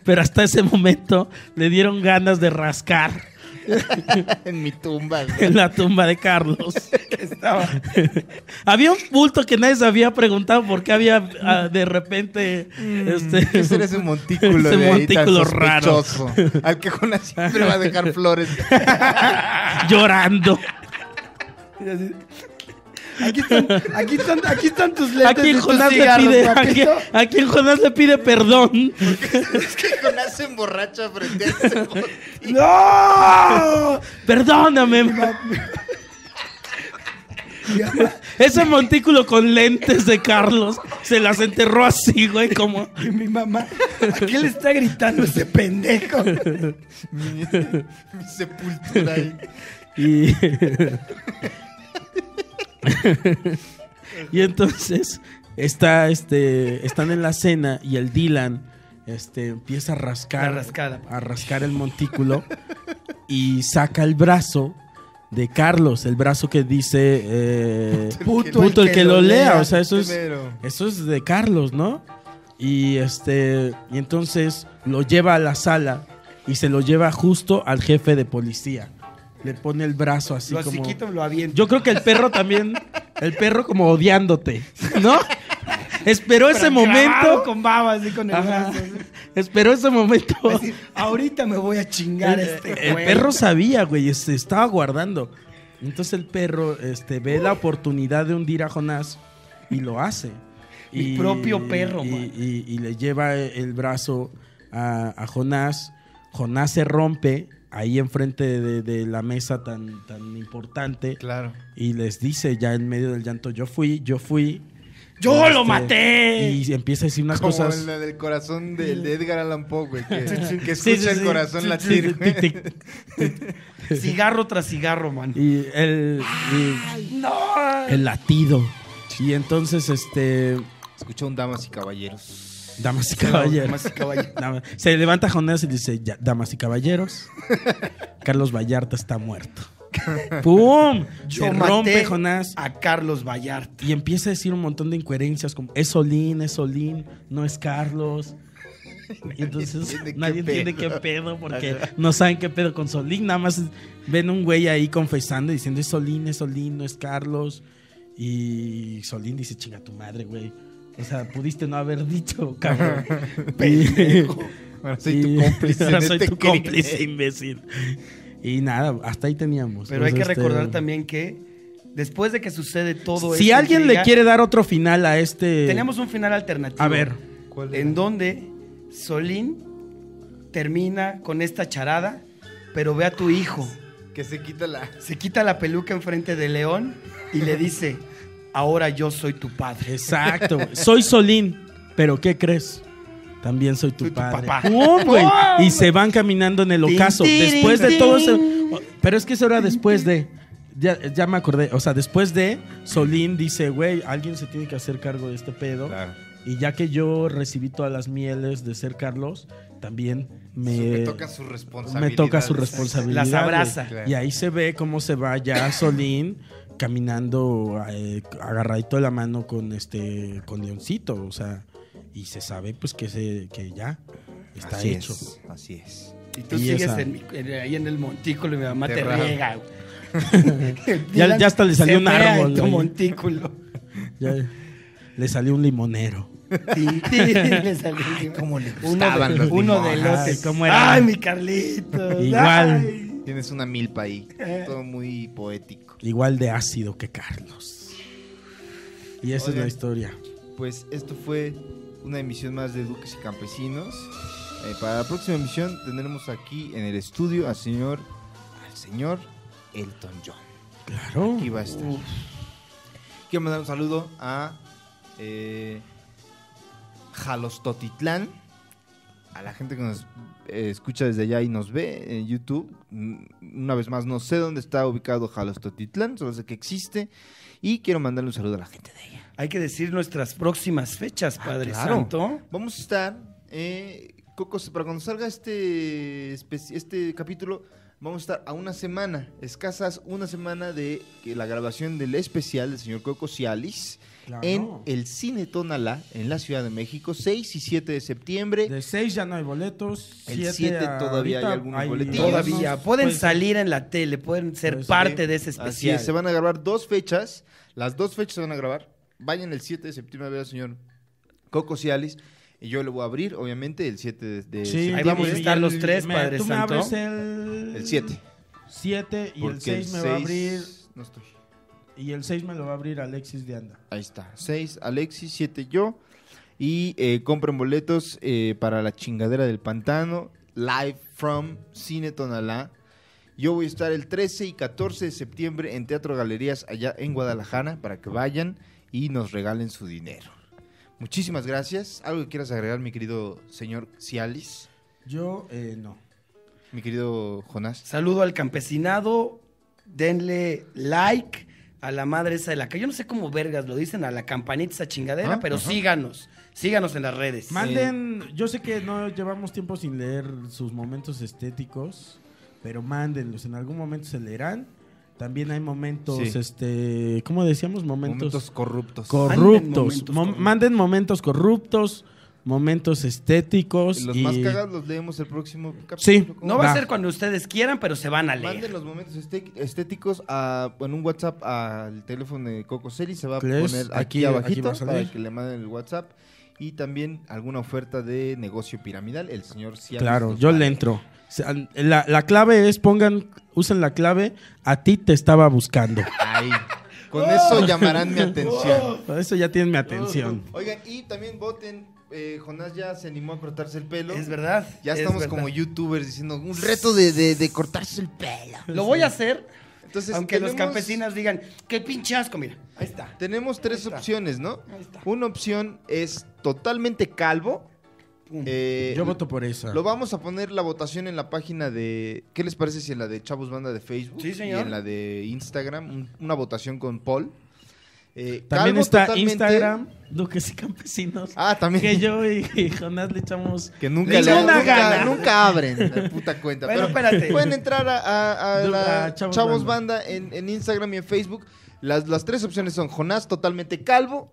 C: pero hasta ese momento le dieron ganas de rascar
B: en mi tumba. güey.
C: en la tumba de Carlos. había un bulto que nadie se había preguntado por qué había ah, de repente este,
B: Mm, ¿Qué será ese montículo
C: Ese
B: de ahí tan
C: montículo raro.
B: sospechoso? Al que Jonas siempre va a dejar flores.
C: llorando.
A: Aquí están, aquí están, aquí están tus lentes.
C: Aquí
A: y tus
C: Jonás le
A: cigarros,
C: pide, aquí,
A: papito.
C: aquí Jonás le pide perdón.
B: es que Jonás se emborracha frente a ese montículo.
A: ¡No!
C: Perdóname. ma- Ese montículo con lentes de Carlos se las enterró así, güey, como...
A: Y mi mamá, ¿a qué le está gritando ese pendejo?
B: mi, mi sepultura ahí.
C: Y... y entonces está, este, están en la cena y el Dylan este, empieza a rascar,
A: La rascada.
C: a rascar el montículo y saca el brazo de Carlos, el brazo que dice... eh,
A: Puto,
C: Puto el que lo lea, o sea, eso es,
B: Primero.
C: eso es de Carlos, ¿no? Y este, y entonces lo lleva a la sala y se lo lleva justo al jefe de policía. Le pone el brazo así
A: Lo
C: como.
A: asiquito lo avienta.
C: Yo creo que el perro también, el perro como odiándote, ¿no? Esperó ese
A: Clavado
C: momento.
A: Con baba, así con el
C: Ajá.
A: brazo.
C: esperó ese momento.
A: Va a decir, ahorita me voy a chingar a
C: El-
A: este
C: El
A: güey".
C: perro sabía, güey, se estaba guardando. Entonces el perro este, ve la oportunidad de hundir a Jonás y lo hace.
A: Mi propio perro,
C: y,
A: man.
C: y- y le lleva el brazo a, a Jonás. Jonás se rompe ahí enfrente de, de la mesa tan, tan importante
B: Claro.
C: y les dice ya en medio del llanto, yo fui, yo fui.
A: ¡Yo
C: Este,
A: lo maté!
C: Y empieza a decir unas
B: Como
C: cosas...
B: la del corazón de, de Edgar Allan Poe, güey, que, que escucha
C: Sí, sí,
B: el
C: sí.
B: corazón
C: Sí, sí,
B: latir.
C: sí,
B: güey.
C: tic, tic.
A: Cigarro tras cigarro, man.
C: Y el... y-
A: Ah, ¡No!
C: El latido. Y entonces, este.
B: Escuchó un damas y caballeros.
C: Damas y caballeros.
A: Damas y caballeros.
C: Dama- Se levanta Jonás y dice: "Ya, Damas y caballeros, Carlos Vallarta está muerto. ¡Pum!
A: Yo
C: Se
A: maté
C: rompe Jonás
A: a Carlos Vallarta.
C: y empieza a decir un montón de incoherencias como: Es Solín, es Solín, no es Carlos. Y entonces
B: entiende qué
C: nadie entiende qué
B: pedo.
C: pedo porque no saben qué pedo con Solín. Nada más ven un güey ahí confesando diciendo: Es Solín, es Solín, no es Carlos. Y Solín dice, chinga tu madre, güey. O sea, pudiste no haber dicho, cabrón. Pendejo.
B: Ahora soy tu cómplice.
C: Ahora
B: en
C: soy
B: este
C: tu
B: crimen.
C: cómplice, imbécil. Y nada, hasta ahí teníamos.
A: Pero hay que
C: Pues, este,
A: recordar también que después de que sucede todo
C: Si
A: esto,
C: alguien
A: intriga,
C: le quiere dar otro final a este.
A: Tenemos un final alternativo.
C: A ver.
B: ¿Cuál era?
A: En donde Solín termina con esta charada, pero ve a tu hijo.
B: Que se quita la.
A: Se quita la peluca enfrente de León y le dice, ahora yo soy tu padre.
C: Exacto. güey. soy Solín, pero ¿qué crees? También soy tu
A: Soy tu
C: padre.
A: papá.
C: ¡Pum, güey! Y se van caminando en el
A: Tin,
C: ocaso.
A: tin,
C: Después de
A: tin.
C: todo ese. Pero es que eso era después de. Ya, ya me acordé. O sea, después de. Solín dice, güey, alguien se tiene que hacer cargo de este pedo.
B: Claro.
C: Y ya que yo recibí todas las mieles de ser Carlos, también me.
B: me toca su responsabilidad.
C: me toca su responsabilidad.
A: Las abraza.
C: güey. Y ahí se ve cómo se va ya Solín caminando eh, agarradito de la mano con este con Leoncito, o sea, y se sabe pues que se que ya está
B: Así
C: hecho.
B: es, así es.
A: Y tú
C: Y
A: sigues
C: esa.
A: en mi- en- ahí en el montículo y mi mamá te
B: Te raja.
A: riega. güey.
C: Ya- ya hasta le
A: Se
C: salió un
A: mea
C: árbol,
A: En tu
C: güey.
A: montículo.
C: Ya le salió un limonero.
A: Tin, tin, le salió un-
B: cómo le
A: uno
B: gustaban
A: de,
B: los
A: uno de
B: limones.
A: elote.
C: Ay, cómo era.
A: Ay, mi Carlito.
C: Igual.
B: Tienes una milpa ahí. Todo muy poético.
C: Igual de ácido que Carlos. Y esa es
B: Oigan.
C: la historia.
B: Pues esto fue una emisión más de Duques y Campesinos. Eh, para la próxima emisión tendremos aquí en el estudio al señor, al señor Elton John.
C: Claro.
B: Aquí va a estar.
C: Uf.
B: Quiero mandar un saludo a eh, Jalostotitlán, a la gente que nos eh, escucha desde allá y nos ve en YouTube. Mm, Una vez más, no sé dónde está ubicado Jalostotitlán, solo sé que existe. Y quiero mandarle un saludo a la gente de allá.
A: Hay que decir nuestras próximas fechas,
B: Ah,
A: Padre
B: claro.
A: Santo.
B: Vamos a estar, eh, Cocos, para cuando salga este, espe- este capítulo, vamos a estar a una semana, escasas una semana de que la grabación del especial del señor Coco Cialis
C: Claro.
B: en el Cine Tonalá, en la Ciudad de México, 6 y 7 de septiembre.
C: De 6 ya no hay boletos.
B: El
C: siete
B: siete todavía hay
C: ahorita
B: algunos boletillos.
A: Todavía
C: unos,
A: pueden
C: pues,
A: salir en la tele, pueden ser
C: pues,
A: parte de ese
B: Así
A: especial.
B: es, se van a grabar dos fechas. Las dos fechas se van a grabar. Vayan el 7 de septiembre a ver al señor Coco Cialis. Y yo le voy a abrir, obviamente, el 7 de, de
C: Sí,
B: septiembre.
A: Ahí vamos a
C: y
A: estar
C: el-
A: los tres,
C: me-
A: Padre
C: tú
A: Santo.
C: me abres el...
B: El 7.
C: 7 y el
B: porque
C: 6 me va a
B: seis-
C: abrir...
B: No estoy.
C: Y el 6 me lo va a abrir Alexis de Anda.
B: Ahí está. 6, Alexis, 7 yo. Y eh, compren boletos eh, para la chingadera del pantano. Live from Cine Tonalá. Yo voy a estar el 13 y 14 de septiembre en Teatro Galerías allá en Guadalajara para que vayan y nos regalen su dinero. Muchísimas gracias. ¿Algo que quieras agregar, mi querido señor Cialis?
C: Yo, eh, no.
B: Mi querido Jonás.
A: Saludo al campesinado. Denle like a la madre esa de la calle. Yo no sé cómo vergas lo dicen, a la campanita esa chingadera,
B: Ah,
A: pero
B: ajá.
A: síganos. Síganos en las redes.
C: Manden, yo sé que no llevamos tiempo sin leer sus momentos estéticos, pero mándenlos, en algún momento se leerán. También hay momentos,
B: Sí.
C: este, ¿cómo decíamos? Momentos,
B: Momentos corruptos.
C: corruptos.
A: Manden momentos
C: Mom-
A: corruptos.
C: Manden momentos corruptos, momentos estéticos.
B: Los
C: y-
B: más cagados los leemos el próximo capítulo.
C: Sí.
B: ¿cómo
A: No va
C: Va.
A: a ser cuando ustedes quieran, pero se van a leer.
B: Manden los momentos este- estéticos a, en un WhatsApp al teléfono de Coco Celis. Se va a
C: ¿Crees?
B: poner
C: Aquí-
B: aquí, abajito
C: aquí va a salir.
B: para que le manden el WhatsApp. Y también alguna oferta de negocio piramidal. El señor Cialis
C: Claro,
B: nos
C: yo
B: va-
C: le entro. O sea, La, la clave es, pongan, usen la clave, a ti te estaba buscando.
B: Ahí. Con
C: Oh.
B: eso llamarán mi atención.
C: Eso ya tienen mi atención.
B: Oigan, y también voten. Eh, Jonás ya se animó a cortarse el pelo.
A: Es verdad.
B: Ya
A: es
B: estamos
A: verdad.
B: como youtubers diciendo un reto de, de- de cortarse el pelo.
A: Lo voy a hacer,
B: Entonces,
A: aunque los
B: tenemos-
A: campesinas digan, qué pinche asco, mira. Ahí está.
B: Tenemos tres
A: está.
B: opciones, ¿no?
A: Ahí está.
B: Una opción es totalmente calvo.
A: Pum.
B: Eh,
C: Yo voto por esa.
B: Lo vamos a poner la votación en la página de. ¿Qué les parece si en la de Chavos Banda de Facebook?
A: Sí, señor.
B: Y en la de Instagram, un- una votación con Paul. Eh,
C: También
B: calvo
C: está
B: totalmente-
C: Instagram, Duques y Campesinos.
B: Ah, también.
C: Que yo y, y Jonás le echamos.
B: Que nunca,
A: Ninguna
B: le- nunca-
A: gana.
B: nunca abren la puta cuenta.
A: Bueno,
B: pero
A: espérate.
B: Pueden entrar a, a- a
C: Du-
B: la
C: a Chavos
B: Chavos, Banda, en, en Instagram y en Facebook. Las, las tres opciones son Jonás totalmente calvo.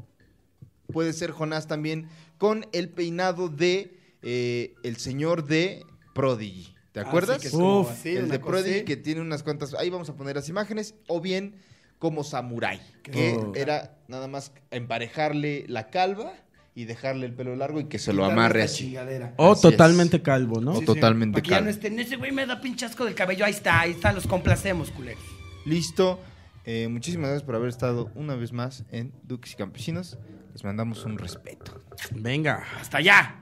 B: Puede ser Jonás también con el peinado de eh, el señor de Prodigy. ¿Te acuerdas?
A: Así Ah, que es como
C: Uf,
A: así,
B: el
A: una
B: de
A: cosa
B: Prodigy
A: así.
B: que tiene unas cuantas. Ahí vamos a poner las imágenes. O bien como Samurai. Que
C: Oh.
B: era nada más emparejarle la calva y dejarle el pelo largo y que se lo
A: Quitarle
B: amarre
A: esta
B: así.
A: chingadera.
C: O
B: Así es.
C: totalmente calvo, ¿no?
B: O totalmente
A: Para que ya
B: calvo.
A: no estén, ese güey me da pinche asco del cabello. Ahí está, ahí está, los complacemos, culeros.
B: Listo. Eh, muchísimas gracias por haber estado una vez más en Duques y Campesinos. Les mandamos un respeto.
C: Venga.
A: Hasta allá.